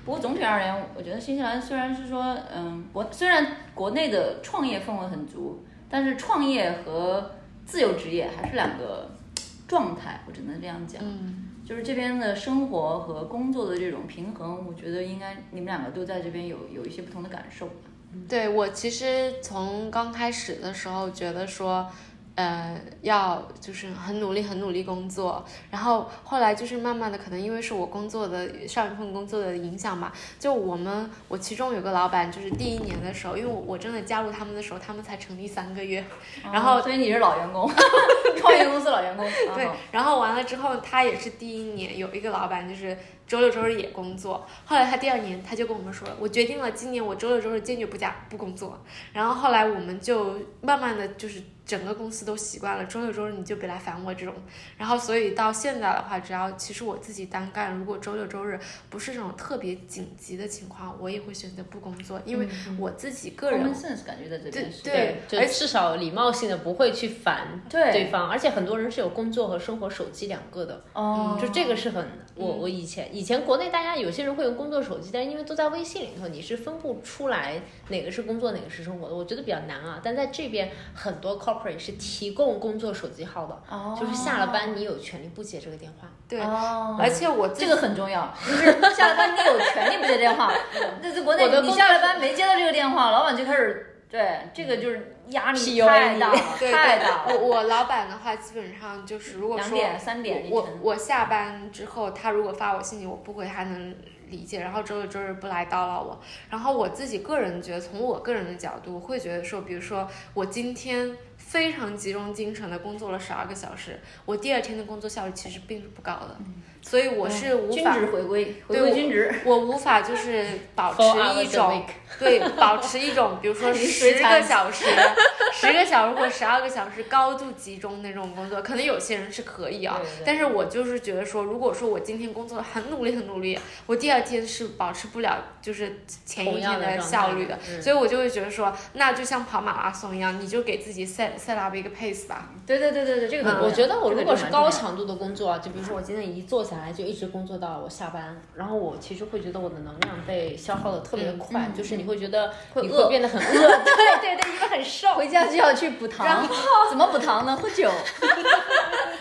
[SPEAKER 1] 不过总体而言，我觉得新西兰虽然是说，嗯，国虽然国内的创业氛围很足，但是创业和自由职业还是两个状态，我只能这样讲。
[SPEAKER 2] 嗯，
[SPEAKER 1] 就是这边的生活和工作的这种平衡，我觉得应该你们两个都在这边有有一些不同的感受吧。
[SPEAKER 2] 对我其实从刚开始的时候觉得说，呃，要就是很努力、很努力工作，然后后来就是慢慢的，可能因为是我工作的上一份工作的影响吧，就我们我其中有个老板，就是第一年的时候，因为我我真的加入他们的时候，他们才成立三个月，然后
[SPEAKER 1] 哦所以你是老员工， 创业公司老员工。
[SPEAKER 2] 对
[SPEAKER 1] 啊，
[SPEAKER 2] 然后完了之后，他也是第一年有一个老板，就是周六周日也工作。后来他第二年他就跟我们说，我决定了，今年我周六周日坚决不加不工作。然后后来我们就慢慢的就是整个公司都习惯了周六周日你就别来烦我这种。然后所以到现在的话，只要其实我自己单干，如果周六周日不是这种特别紧急的情况，我也会选择不工作，因为
[SPEAKER 1] 嗯
[SPEAKER 2] 我自己个人哦
[SPEAKER 1] common sense 感觉在这边是
[SPEAKER 2] 对
[SPEAKER 4] 就
[SPEAKER 2] 而
[SPEAKER 4] 至少礼貌性的不会去烦
[SPEAKER 1] 对
[SPEAKER 4] 对方，而且很多人是有工作和生活手机两个的，
[SPEAKER 1] 哦，
[SPEAKER 4] 嗯就这个是很我
[SPEAKER 1] 嗯
[SPEAKER 4] 我以前以前国内大家有些人会用工作手机，但是因为都在微信里头，你是分不出来哪个是工作哪个是生活的，我觉得比较难啊。但在这边很多 corporate 是提供工作手机号的，
[SPEAKER 1] 哦
[SPEAKER 4] 就是下了班你有权利不接这个电 话。
[SPEAKER 2] 对，
[SPEAKER 1] 哦，
[SPEAKER 2] 而且我自己
[SPEAKER 1] 这个很重要，就是下了班你有权利不接电话。 那在国内
[SPEAKER 4] 我的
[SPEAKER 1] 你
[SPEAKER 4] 工
[SPEAKER 1] 下了班没接到这个电话，老板就开始对这个就是压力
[SPEAKER 4] PUA
[SPEAKER 1] 太
[SPEAKER 4] 你
[SPEAKER 1] 大了，
[SPEAKER 2] 对
[SPEAKER 1] 太大
[SPEAKER 2] 我
[SPEAKER 1] 了。
[SPEAKER 2] 我老板的话，基本上就是如果
[SPEAKER 1] 两
[SPEAKER 2] 说
[SPEAKER 1] 点三点凌
[SPEAKER 2] 我
[SPEAKER 1] 晨，
[SPEAKER 2] 我下班之后，他如果发我信息，我不回，他能理解。然后周六周日不来叨扰我。然后我自己个人觉得，从我个人的角度，我会觉得说，比如说我今天非常集中精神的工作了十二个小时，我第二天的工作效率其实并不高的，所以我是无
[SPEAKER 1] 均
[SPEAKER 2] 法。
[SPEAKER 1] 值回归，回
[SPEAKER 2] 对
[SPEAKER 1] 归
[SPEAKER 2] 我
[SPEAKER 1] 均值。
[SPEAKER 2] 我无法就是保持
[SPEAKER 4] Four hours a
[SPEAKER 2] 一种
[SPEAKER 4] week
[SPEAKER 2] 对保持一种，比如说十
[SPEAKER 1] 随
[SPEAKER 2] 个
[SPEAKER 1] 餐
[SPEAKER 2] 小时、十个小时或十二个小时高度集中那种工作，可能有些人是可以啊。
[SPEAKER 4] 对对
[SPEAKER 2] 但是我就是觉得说，如果说我今天工作很努力很努力，我第二天是保持不了就是前一
[SPEAKER 4] 同样
[SPEAKER 2] 天
[SPEAKER 4] 的状态
[SPEAKER 2] 效率的，
[SPEAKER 4] 嗯
[SPEAKER 2] 所以我就会觉得说，那就像跑马拉松一样，你就给自己 set set up 一个 pace 吧。
[SPEAKER 1] 对对对对对，这个很重要
[SPEAKER 4] 嗯我觉得我
[SPEAKER 1] 这个
[SPEAKER 4] 如果
[SPEAKER 1] 真的蛮重
[SPEAKER 4] 是高
[SPEAKER 1] 要
[SPEAKER 4] 强度的工作啊，就比如说我今天一坐下来就一直工作到我下班，然后我其实会觉得我的能量被消耗的特别快，就是你会觉得
[SPEAKER 1] 嗯会
[SPEAKER 4] 你
[SPEAKER 1] 饿
[SPEAKER 4] 会变得很饿， 对对对，你会很瘦。
[SPEAKER 1] 回家就要去补糖，怎么补糖呢？喝酒。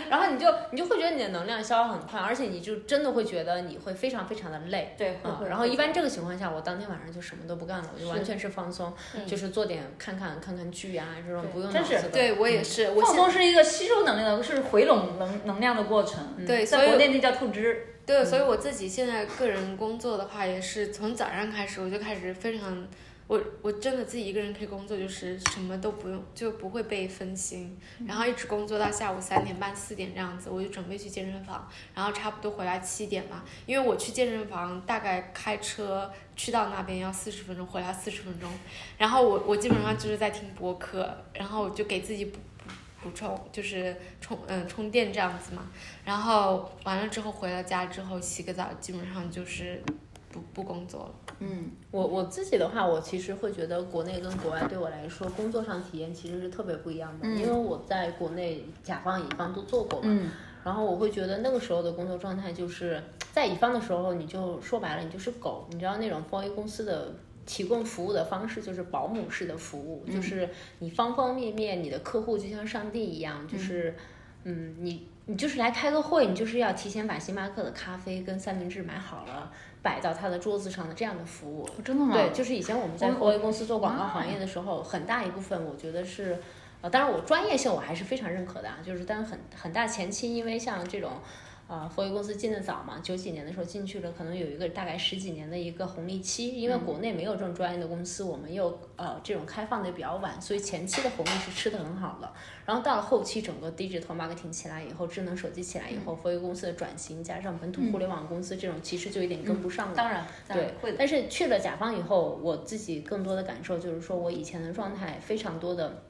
[SPEAKER 4] 然后你就你就会觉得你的能量消耗很快，而且你就真的会觉得你会非常非常的累。
[SPEAKER 1] 对会
[SPEAKER 4] 啊、
[SPEAKER 1] 会
[SPEAKER 4] 然后一般这个情况下，我当天晚上就什么都不干了，我就是嗯完全是放松，就是做点看看看看剧啊这种
[SPEAKER 1] 对
[SPEAKER 4] 不用脑
[SPEAKER 1] 但
[SPEAKER 4] 子
[SPEAKER 1] 是
[SPEAKER 4] 的。嗯
[SPEAKER 2] 对我也是，我
[SPEAKER 1] 放
[SPEAKER 2] 现
[SPEAKER 1] 松是一个吸收能量的，是回笼能能量的过程。
[SPEAKER 2] 对所
[SPEAKER 1] 在
[SPEAKER 2] 以
[SPEAKER 1] 国内那叫透支。
[SPEAKER 2] 对，所以我自己现在个人工作的话，也是从早上开始我就开始非常，我我真的自己一个人可以工作，就是什么都不用，就不会被分心，然后一直工作到下午三点半四点这样子，我就准备去健身房，然后差不多回来七点嘛，因为我去健身房大概开车去到那边要四十分钟，回来四十分钟，然后我我基本上就是在听播客，然后我就给自己补补补充，就是充嗯、充电这样子嘛。然后完了之后回到家之后洗个澡，基本上就是不不工作了。
[SPEAKER 1] 嗯，
[SPEAKER 4] 我我自己的话，我其实会觉得国内跟国外对我来说，工作上体验其实是特别不一样的，因为我在国内甲方乙方都做过嘛，
[SPEAKER 1] 嗯
[SPEAKER 4] 然后我会觉得那个时候的工作状态就是在乙方的时候，你就说白了你就是狗，你知道那种 f o A 公司的。提供服务的方式就是保姆式的服务，就是你方方面面，你的客户就像上帝一样，就是，嗯，你你就是来开个会，你就是要提前把星巴克的咖啡跟三明治买好了，摆到他的桌子上的这样的服务。
[SPEAKER 1] 哦真的吗？
[SPEAKER 4] 对，就是以前我们在
[SPEAKER 1] 我啊
[SPEAKER 4] o a 公司做广告行业的时候，很大一部分我觉得是，呃，当然我专业性我还是非常认可的，啊，就是但很很大前期因为像这种。啊，佛 a 公司进的早嘛，九几年的时候进去了，可能有一个大概十几年的一个红利期，因为
[SPEAKER 1] 嗯
[SPEAKER 4] 国内没有这种专业的公司，我们又呃这种开放的比较晚，所以前期的红利是吃的很好的。然后到了后期，整个 digital marketing 起来以后，智能手机起来
[SPEAKER 1] 嗯
[SPEAKER 4] 以后，佛 a 公司的转型加上本土互联网公司这种，其实就有点跟不上了。
[SPEAKER 1] 当然，当然
[SPEAKER 4] 嗯对
[SPEAKER 1] 会的。
[SPEAKER 4] 但是去了甲方以后，我自己更多的感受就是说，我以前的状态非常多的。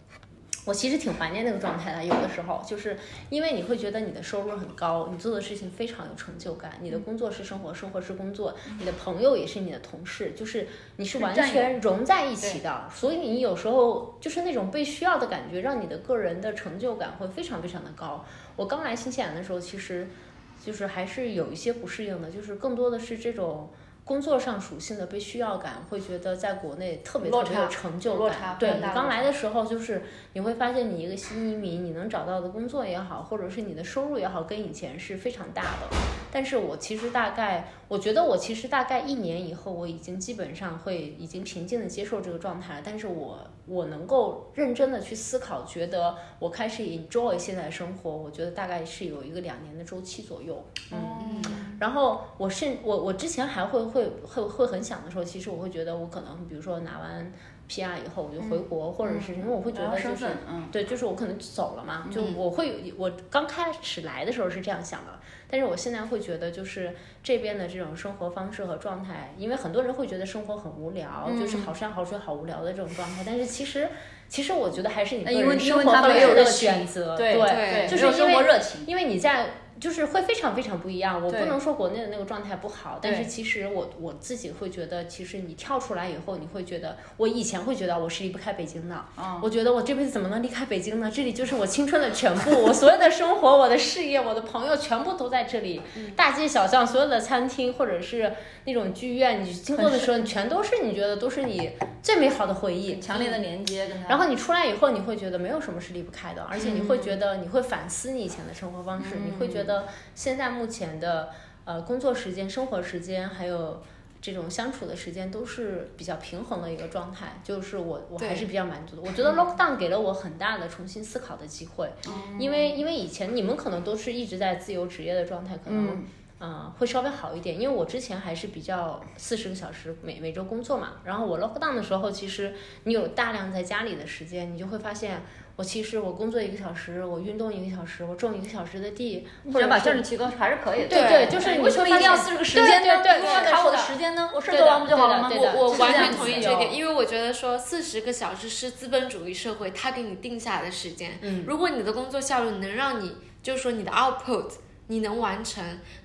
[SPEAKER 4] 我其实挺怀念那个状态的，有的时候就是因为你会觉得你的收入很高，你做的事情非常有成就感，
[SPEAKER 1] 嗯
[SPEAKER 4] 你的工作是生活，生活是工作，你的朋友也是你的同事，就是你是完
[SPEAKER 1] 战友
[SPEAKER 4] 全融在一起的，所以你有时候就是那种被需要的感觉，让你的个人的成就感会非常非常的高。我刚来新西兰的时候，其实就是还是有一些不适应的，就是更多的是这种工作上属性的被需要感，会觉得在国内特别
[SPEAKER 3] 落
[SPEAKER 4] 特
[SPEAKER 3] 差
[SPEAKER 4] 别有成就
[SPEAKER 3] 落差
[SPEAKER 4] 感。对
[SPEAKER 3] 很
[SPEAKER 4] 你
[SPEAKER 3] 大
[SPEAKER 4] 刚
[SPEAKER 3] 落
[SPEAKER 4] 来的时候，就是你会发现你一个新移民，你能找到的工作也好，或者是你的收入也好，跟以前是非常大的。但是我其实大概，我觉得我其实大概一年以后，我已经基本上会已经平静的接受这个状态了。但是我我能够认真的去思考，觉得我开始 enjoy 现在的生活，我觉得大概是有一个两年的周期左右。
[SPEAKER 1] 哦
[SPEAKER 3] 嗯，
[SPEAKER 4] 然后我甚我我之前还会会会会很想的时候，其实我会觉得我可能比如说拿完 PR 以后我就回
[SPEAKER 1] 嗯
[SPEAKER 4] 国，或者是因为我会觉
[SPEAKER 1] 然后
[SPEAKER 4] 得就
[SPEAKER 1] 身
[SPEAKER 4] 是
[SPEAKER 1] 份，嗯，
[SPEAKER 4] 对，就是我可能走了嘛，就
[SPEAKER 2] 嗯
[SPEAKER 4] 我会有我刚开始来的时候是这样想的，但是我现在会觉得就是这边的这种生活方式和状态，因为很多人会觉得生活很无聊，
[SPEAKER 1] 嗯
[SPEAKER 4] 就是好山好水好无聊的这种状态，但是其实其实我觉得还是你个
[SPEAKER 1] 呃那因为
[SPEAKER 4] 人
[SPEAKER 1] 因
[SPEAKER 4] 生
[SPEAKER 1] 为
[SPEAKER 4] 活
[SPEAKER 1] 他
[SPEAKER 4] 方
[SPEAKER 1] 没
[SPEAKER 4] 式
[SPEAKER 1] 有
[SPEAKER 4] 的
[SPEAKER 1] 热情
[SPEAKER 4] 选择，
[SPEAKER 1] 对，
[SPEAKER 2] 对
[SPEAKER 1] 没
[SPEAKER 4] 就是
[SPEAKER 1] 有
[SPEAKER 4] 因
[SPEAKER 1] 生
[SPEAKER 4] 为
[SPEAKER 1] 活热情，
[SPEAKER 4] 因为你在就是会非常非常不一样。我
[SPEAKER 1] 对
[SPEAKER 4] 不能说国内的那个状态不好，但
[SPEAKER 1] 对
[SPEAKER 4] 是其实我我自己会觉得，其实你跳出来以后，你会觉得，我以前会觉得我是离不开北京的，
[SPEAKER 1] 嗯，
[SPEAKER 4] 我觉得我这辈子怎么能离开北京呢？这里就是我青春的全部，我所有的生活、我的事业、我的朋友全部都在这里，
[SPEAKER 1] 嗯
[SPEAKER 4] 大街小巷所有的餐厅或者是那种剧院，你经过的时候，你全都是你觉得都是你最美好的回忆，
[SPEAKER 1] 强烈的连接跟他，
[SPEAKER 4] 然后你出来以后，你会觉得没有什么是离不开的，而且你会觉得你会反思你以前的生活方式，你会觉得现在目前的呃工作时间、生活时间还有。这种相处的时间都是比较平衡的一个状态，就是我我还
[SPEAKER 2] 对
[SPEAKER 4] 是比较满足的。我觉得 lockdown 给了我很大的重新思考的机会，因为因为以前你们可能都是一直在自由职业的状态，可能
[SPEAKER 1] 嗯，
[SPEAKER 4] 嗯，会稍微好一点，因为我之前还是比较四十个小时每每周工作嘛，然后我 lock down 的时候，其实你有大量在家里的时间，你就会发现，我其实我工作一个小时，我运动一个小时，我种一个小时的地，或
[SPEAKER 1] 只要
[SPEAKER 4] 者
[SPEAKER 1] 把
[SPEAKER 4] 是
[SPEAKER 1] 效率提高还是可以的，
[SPEAKER 4] 对
[SPEAKER 2] 对
[SPEAKER 4] 就是你
[SPEAKER 1] 为什么
[SPEAKER 4] 会
[SPEAKER 1] 一定
[SPEAKER 4] 发
[SPEAKER 1] 要
[SPEAKER 4] 现
[SPEAKER 1] 四十个时间呢？
[SPEAKER 4] 对对对
[SPEAKER 1] 如果
[SPEAKER 4] 是的
[SPEAKER 1] 卡我的
[SPEAKER 4] 是的
[SPEAKER 1] 时间呢？我事儿
[SPEAKER 4] 对
[SPEAKER 1] 做
[SPEAKER 4] 的
[SPEAKER 1] 完不就好了吗？
[SPEAKER 4] 对的对的
[SPEAKER 2] 我我
[SPEAKER 1] 就是
[SPEAKER 2] 完
[SPEAKER 1] 这
[SPEAKER 2] 全
[SPEAKER 1] 样
[SPEAKER 2] 同意
[SPEAKER 1] 子
[SPEAKER 2] 这一点，
[SPEAKER 4] 有
[SPEAKER 2] 因为我觉得说四十个小时是资本主义社会它给你定下来的时间。
[SPEAKER 4] 嗯，
[SPEAKER 2] 如果你的工作效率能让你，就是说你的 output 你能完成，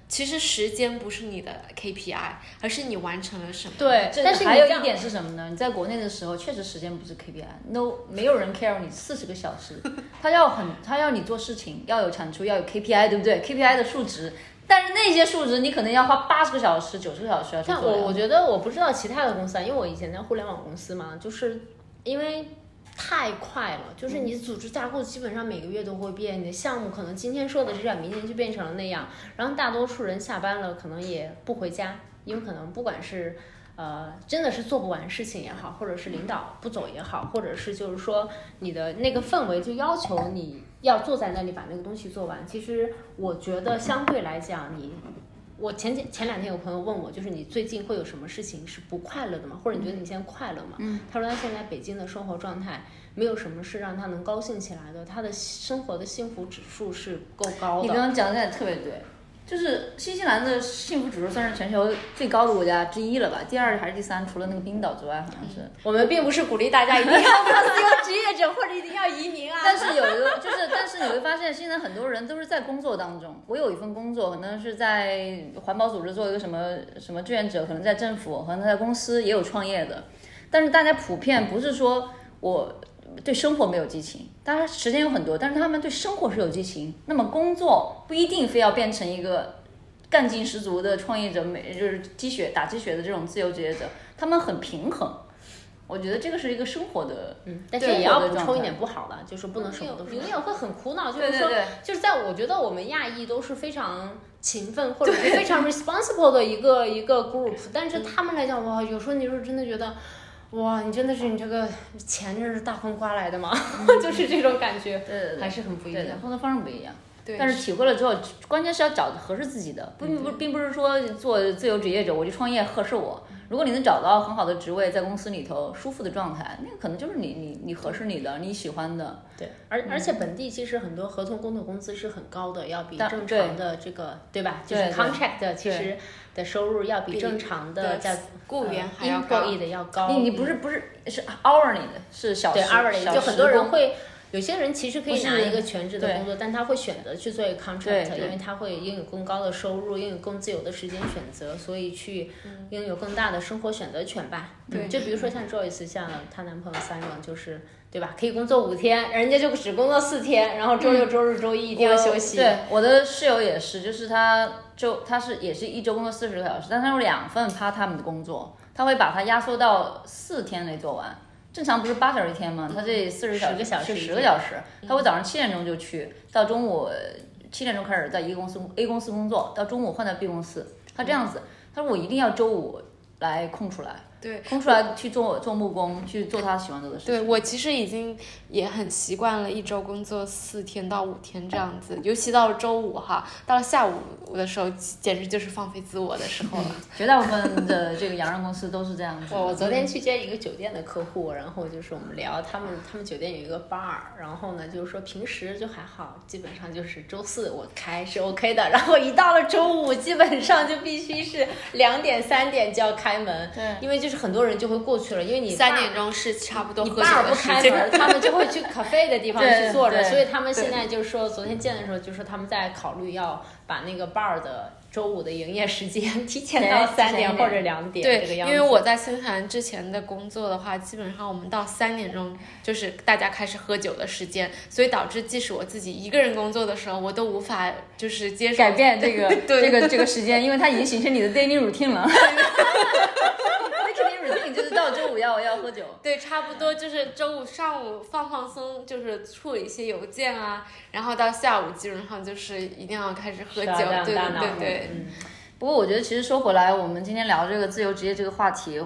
[SPEAKER 2] 其实时间不是你的 KPI，而是你完成了什么。
[SPEAKER 4] 对，
[SPEAKER 1] 这
[SPEAKER 4] 但是你
[SPEAKER 1] 还有
[SPEAKER 4] 这样
[SPEAKER 1] 一点是什么呢？你在国内的时候，确实时间不是 KPI，no 没有人 care 你四十个小时，他要很他要你做事情，要有产出，要有 KPI，对不对？KPI 的数值，但是那些数值你可能要花八十个小时、九十个小时要去
[SPEAKER 4] 但
[SPEAKER 1] 做呀。
[SPEAKER 4] 我我觉得我不知道其他的公司啊，因为我以前在互联网公司嘛，就是因为太快了，就是
[SPEAKER 1] 嗯
[SPEAKER 4] 你组织架构基本上每个月都会变，你的项目可能今天说的是这样，明天就变成了那样。然后大多数人下班了可能也不回家，也有可能不管是。呃，真的是做不完事情也好，或者是领导不走也好，或者是就是说你的那个氛围就要求你要坐在那里把那个东西做完。其实我觉得相对来讲，你我前几前两天有朋友问我，就是你最近会有什么事情是不快乐的吗？或者你觉得你现在快乐吗？
[SPEAKER 1] 嗯
[SPEAKER 4] 他说他现在北京的生活状态没有什么是让他能高兴起来的，他的生活的幸福指数是够高
[SPEAKER 1] 你 刚
[SPEAKER 4] 的。
[SPEAKER 1] 刚讲的那点特别对，就是新西兰的幸福指数算是全球最高的国家之一了吧？第二还是第三？除了那个冰岛之外，好像是。
[SPEAKER 4] 我们并不是鼓励大家一定要 当自由职业者或者一定要移民啊。
[SPEAKER 1] 但是有一个，就是但是你会发现，现在很多人都是在工作当中。我有一份工作，可能是在环保组织做一个什么什么志愿者，可能在政府，可能在公司也有创业的。但是大家普遍不是说我对生活没有激情，当然时间有很多，但是他们对生活是有激情。那么工作不一定非要变成一个干劲十足的创业者，每就是鸡血打鸡血的这种自由职业者，他们很平衡。我觉得这个是一个生活的，
[SPEAKER 4] 嗯但是也要补充一点不好的，就是不能什么都是。你也会很苦恼，啊就是说，
[SPEAKER 1] 对，
[SPEAKER 4] 就是在我觉得我们亚裔都是非常勤奋或者是非常 responsible 的一个一个 group，但是他们来讲哇，有时候你就是真的觉得，哇，你真的是你这个钱真是大风刮来的吗？ 就是这种感觉，
[SPEAKER 1] 嗯对对对
[SPEAKER 4] 还是很不一
[SPEAKER 1] 对
[SPEAKER 4] 样
[SPEAKER 1] 的，。工作方式不一样。
[SPEAKER 2] 对
[SPEAKER 1] 但是体会了之后，关键是要找合适自己的，
[SPEAKER 4] 嗯
[SPEAKER 1] 不不并不是说做自由职业者我就创业合适我。
[SPEAKER 4] 嗯
[SPEAKER 1] 如果你能找到很好的职位，在公司里头舒服的状态，那个可能就是你你你合适你的，你喜欢的。
[SPEAKER 4] 对，
[SPEAKER 1] 嗯
[SPEAKER 4] 而而且本地其实很多合同工的工资是很高的，要比
[SPEAKER 1] 但
[SPEAKER 4] 正常的这个对吧？就是
[SPEAKER 1] 对对
[SPEAKER 4] contract 其实的收入要比
[SPEAKER 2] 比
[SPEAKER 4] 正常的
[SPEAKER 2] 对
[SPEAKER 4] 在
[SPEAKER 2] 雇
[SPEAKER 1] 嗯
[SPEAKER 2] 员还要高
[SPEAKER 4] employee 的要高。
[SPEAKER 1] 你你不是不是是 hourly 的，是小时
[SPEAKER 4] 对 hourly，
[SPEAKER 1] 小
[SPEAKER 4] 就
[SPEAKER 1] 时
[SPEAKER 4] 很多人
[SPEAKER 1] 工
[SPEAKER 4] 会，有些人其实可
[SPEAKER 1] 不
[SPEAKER 4] 以
[SPEAKER 1] 是
[SPEAKER 4] 拿一个全职的
[SPEAKER 1] 对
[SPEAKER 4] 工作，但他会选择去做一个
[SPEAKER 1] 对
[SPEAKER 4] contract，
[SPEAKER 1] 对
[SPEAKER 4] 因为他会拥有更高的收入，拥有更自由的时间选择，所以去
[SPEAKER 1] 嗯
[SPEAKER 4] 拥有更大的生活选择权吧。嗯
[SPEAKER 2] 对
[SPEAKER 4] 就比如说像 Joyce，像她男朋友 Simon，就是对吧？可以工作五天，人家就只工作四天，然后周
[SPEAKER 1] 嗯
[SPEAKER 4] 六、周日、周一一定要休息。
[SPEAKER 1] 我对，我的室友也是，就是他就他是也是一周工作四十个小时，但他有两份 part time 的工作，他会把它压缩到四天内做完。正常不是八小时一天吗？他这四十
[SPEAKER 4] 10个小
[SPEAKER 1] 是
[SPEAKER 4] 时一
[SPEAKER 1] 十
[SPEAKER 4] 天嗯
[SPEAKER 1] 个小时，他会早上七点钟就去，到中午七点钟开始在一个公司 A 公司工作，到中午换到 B 公司。他这样子，他说我一定要周五来空出来，
[SPEAKER 2] 对，
[SPEAKER 1] 空出来去做做木工，去做他喜欢做的事情。
[SPEAKER 2] 对我其实已经也很习惯了，一周工作四天到五天这样 子，尤其到了周五哈，到了下午的时候，简直就是放飞自我的时候了。
[SPEAKER 1] 绝大部分的这个洋人公司都是这样子的。
[SPEAKER 4] 我我昨天去接一个酒店的客户，然后就是我们聊他们他们酒店有一个 bar，然后呢就是说平时就还好，基本上就是周四我开是 OK 的，然后一到了周五基本上就必须是两点三点就要开门，
[SPEAKER 1] 对
[SPEAKER 4] 因为就是很多人就会过去了，因为 你
[SPEAKER 2] 三
[SPEAKER 4] bar-
[SPEAKER 2] 点钟是差不多
[SPEAKER 4] 你
[SPEAKER 2] 喝
[SPEAKER 4] bar
[SPEAKER 2] 酒
[SPEAKER 4] 不
[SPEAKER 2] 的时
[SPEAKER 4] 开
[SPEAKER 2] 间。
[SPEAKER 4] 门，他们就会去 cafe 的地方
[SPEAKER 1] 对
[SPEAKER 4] 去坐着，
[SPEAKER 1] 对
[SPEAKER 4] 所以他们现在就是说，昨天见的时候就说他们在考虑要把那个 bar 的周五的营业时间 提前到
[SPEAKER 1] 对
[SPEAKER 4] 三点
[SPEAKER 1] 提前一点
[SPEAKER 4] 或者两点这个
[SPEAKER 2] 对，因
[SPEAKER 4] 样
[SPEAKER 2] 为
[SPEAKER 4] 子。
[SPEAKER 2] 我在新西兰之前的工作的话，基本上我们到三点钟就是大家开始喝酒的时间，所以导致即使我自己一个人工作的时候，我都无法就是接受
[SPEAKER 1] 改变这个
[SPEAKER 2] 对
[SPEAKER 1] 这个这个时间，因为它已经形成你的 daily routine 了。daily routine 就是到周五要要喝酒。
[SPEAKER 2] 对，差不多就是周五上午放放松，就是处理一些邮件啊，然后到下午基本上就是一定要开始喝
[SPEAKER 4] 是
[SPEAKER 2] 酒
[SPEAKER 4] 要让，
[SPEAKER 2] 对
[SPEAKER 4] 啊大脑
[SPEAKER 2] 对对对，
[SPEAKER 4] 嗯
[SPEAKER 1] 不过我觉得其实说回来，我们今天聊这个自由职业这个话题，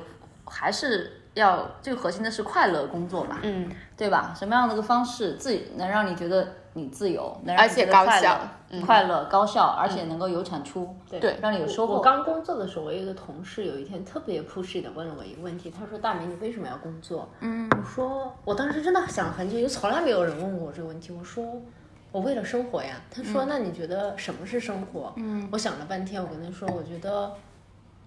[SPEAKER 1] 还是要最核心的是快乐工作嘛，
[SPEAKER 2] 嗯，
[SPEAKER 1] 对吧？什么样的一个方式自己能让你觉得你自由，能让你
[SPEAKER 2] 而且
[SPEAKER 1] 觉得快乐
[SPEAKER 2] 高效嗯
[SPEAKER 1] 快乐高效，而且能够有产出，
[SPEAKER 2] 对
[SPEAKER 1] 让你有收
[SPEAKER 4] 我
[SPEAKER 1] 获。
[SPEAKER 4] 刚工作的时候，我有一个同事有一天特别 push 的问了我一个问题，他说：“大明，你为什么要工作？”嗯，我说：“我当时真的想了很久，因为从来没有人问过我这个问题。”我说：“我为了生活呀。”他说：“
[SPEAKER 1] 嗯
[SPEAKER 4] 那你觉得什么是生活？”嗯，我想了半天，我跟他说：“我觉得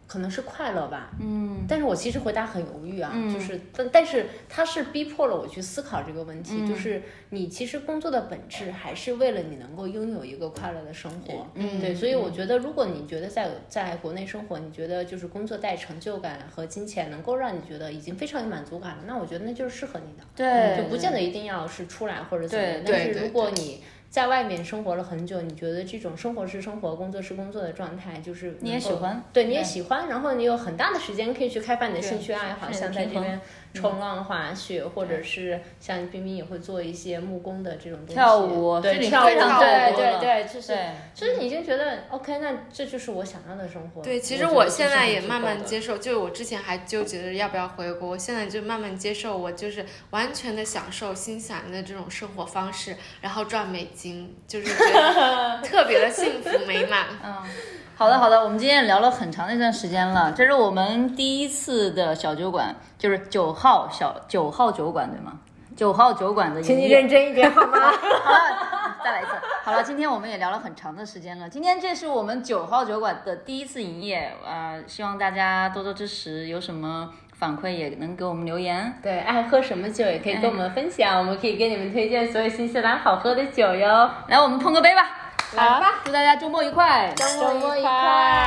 [SPEAKER 4] 可能是快乐吧。”嗯，但是我其实回答很犹豫啊，
[SPEAKER 1] 嗯
[SPEAKER 4] 就是但但是他是逼迫了我去思考这个问
[SPEAKER 1] 嗯
[SPEAKER 4] 题，就是你其实工作的本质还是为了你能够拥有一个快乐的生活。嗯，对，所以我觉得，如果你觉得在在国内生活，你觉得就是工作带成就感和金钱能够让你觉得已经非常有满足感了，那我觉得那就是适合你的。嗯
[SPEAKER 1] 对
[SPEAKER 4] 就不见得一定要是出来或者怎么
[SPEAKER 1] 对。
[SPEAKER 4] 样但
[SPEAKER 2] 对
[SPEAKER 4] 是
[SPEAKER 2] 对
[SPEAKER 4] 如果你在外面生活了很久，你觉得这种生活是生活，工作是工作的状态，就是
[SPEAKER 1] 你也
[SPEAKER 4] 能够
[SPEAKER 1] 喜欢
[SPEAKER 4] 对，你也
[SPEAKER 1] 对
[SPEAKER 4] 喜欢，然后你有很大的时间可以去开发你的兴趣
[SPEAKER 1] 对
[SPEAKER 4] 爱好，
[SPEAKER 1] 是
[SPEAKER 4] 像在
[SPEAKER 1] 平
[SPEAKER 4] 这
[SPEAKER 1] 衡嗯
[SPEAKER 4] 边冲浪、滑雪，或者是像冰冰也会做一些木工的这种东西，
[SPEAKER 1] 跳舞
[SPEAKER 4] 对
[SPEAKER 1] 这里
[SPEAKER 4] 跳舞，啊
[SPEAKER 1] 非常
[SPEAKER 4] 对
[SPEAKER 1] 多
[SPEAKER 4] 对
[SPEAKER 1] 了
[SPEAKER 4] 对，就是
[SPEAKER 1] 对，
[SPEAKER 4] 就是你已经觉得 OK，那这就是我想要的生活。
[SPEAKER 2] 对，其实
[SPEAKER 4] 觉得
[SPEAKER 2] 我
[SPEAKER 4] 这
[SPEAKER 2] 现
[SPEAKER 4] 是
[SPEAKER 2] 在
[SPEAKER 4] 很
[SPEAKER 2] 也
[SPEAKER 4] 足
[SPEAKER 2] 慢
[SPEAKER 4] 够
[SPEAKER 2] 慢
[SPEAKER 4] 的
[SPEAKER 2] 接受，就是我之前还纠结着要不要回国，我现在就慢慢接受，我就是完全的享受新西兰的这种生活方式，然后赚美金，就是觉 得特别的幸福美满。
[SPEAKER 1] 好的，好的，我们今天也聊了很长的一段时间了，这是我们第一次的小酒馆，就是九号小九号酒馆，对吗？九号酒馆的营业，
[SPEAKER 4] 请你认真一点好吗？
[SPEAKER 1] 好了，再来一次。好了，今天我们也聊了很长的时间了。今天这是我们九号酒馆的第一次营业，呃，希望大家多多支持，有什么反馈也能给我们留言。
[SPEAKER 4] 对，爱喝什么酒也可以跟我们分享，我们可以给你们推荐所有新西兰好喝的酒哟。
[SPEAKER 1] 来，我们碰个杯吧。
[SPEAKER 4] 来吧，
[SPEAKER 1] 祝大家周末愉快，
[SPEAKER 4] 周末愉
[SPEAKER 2] 快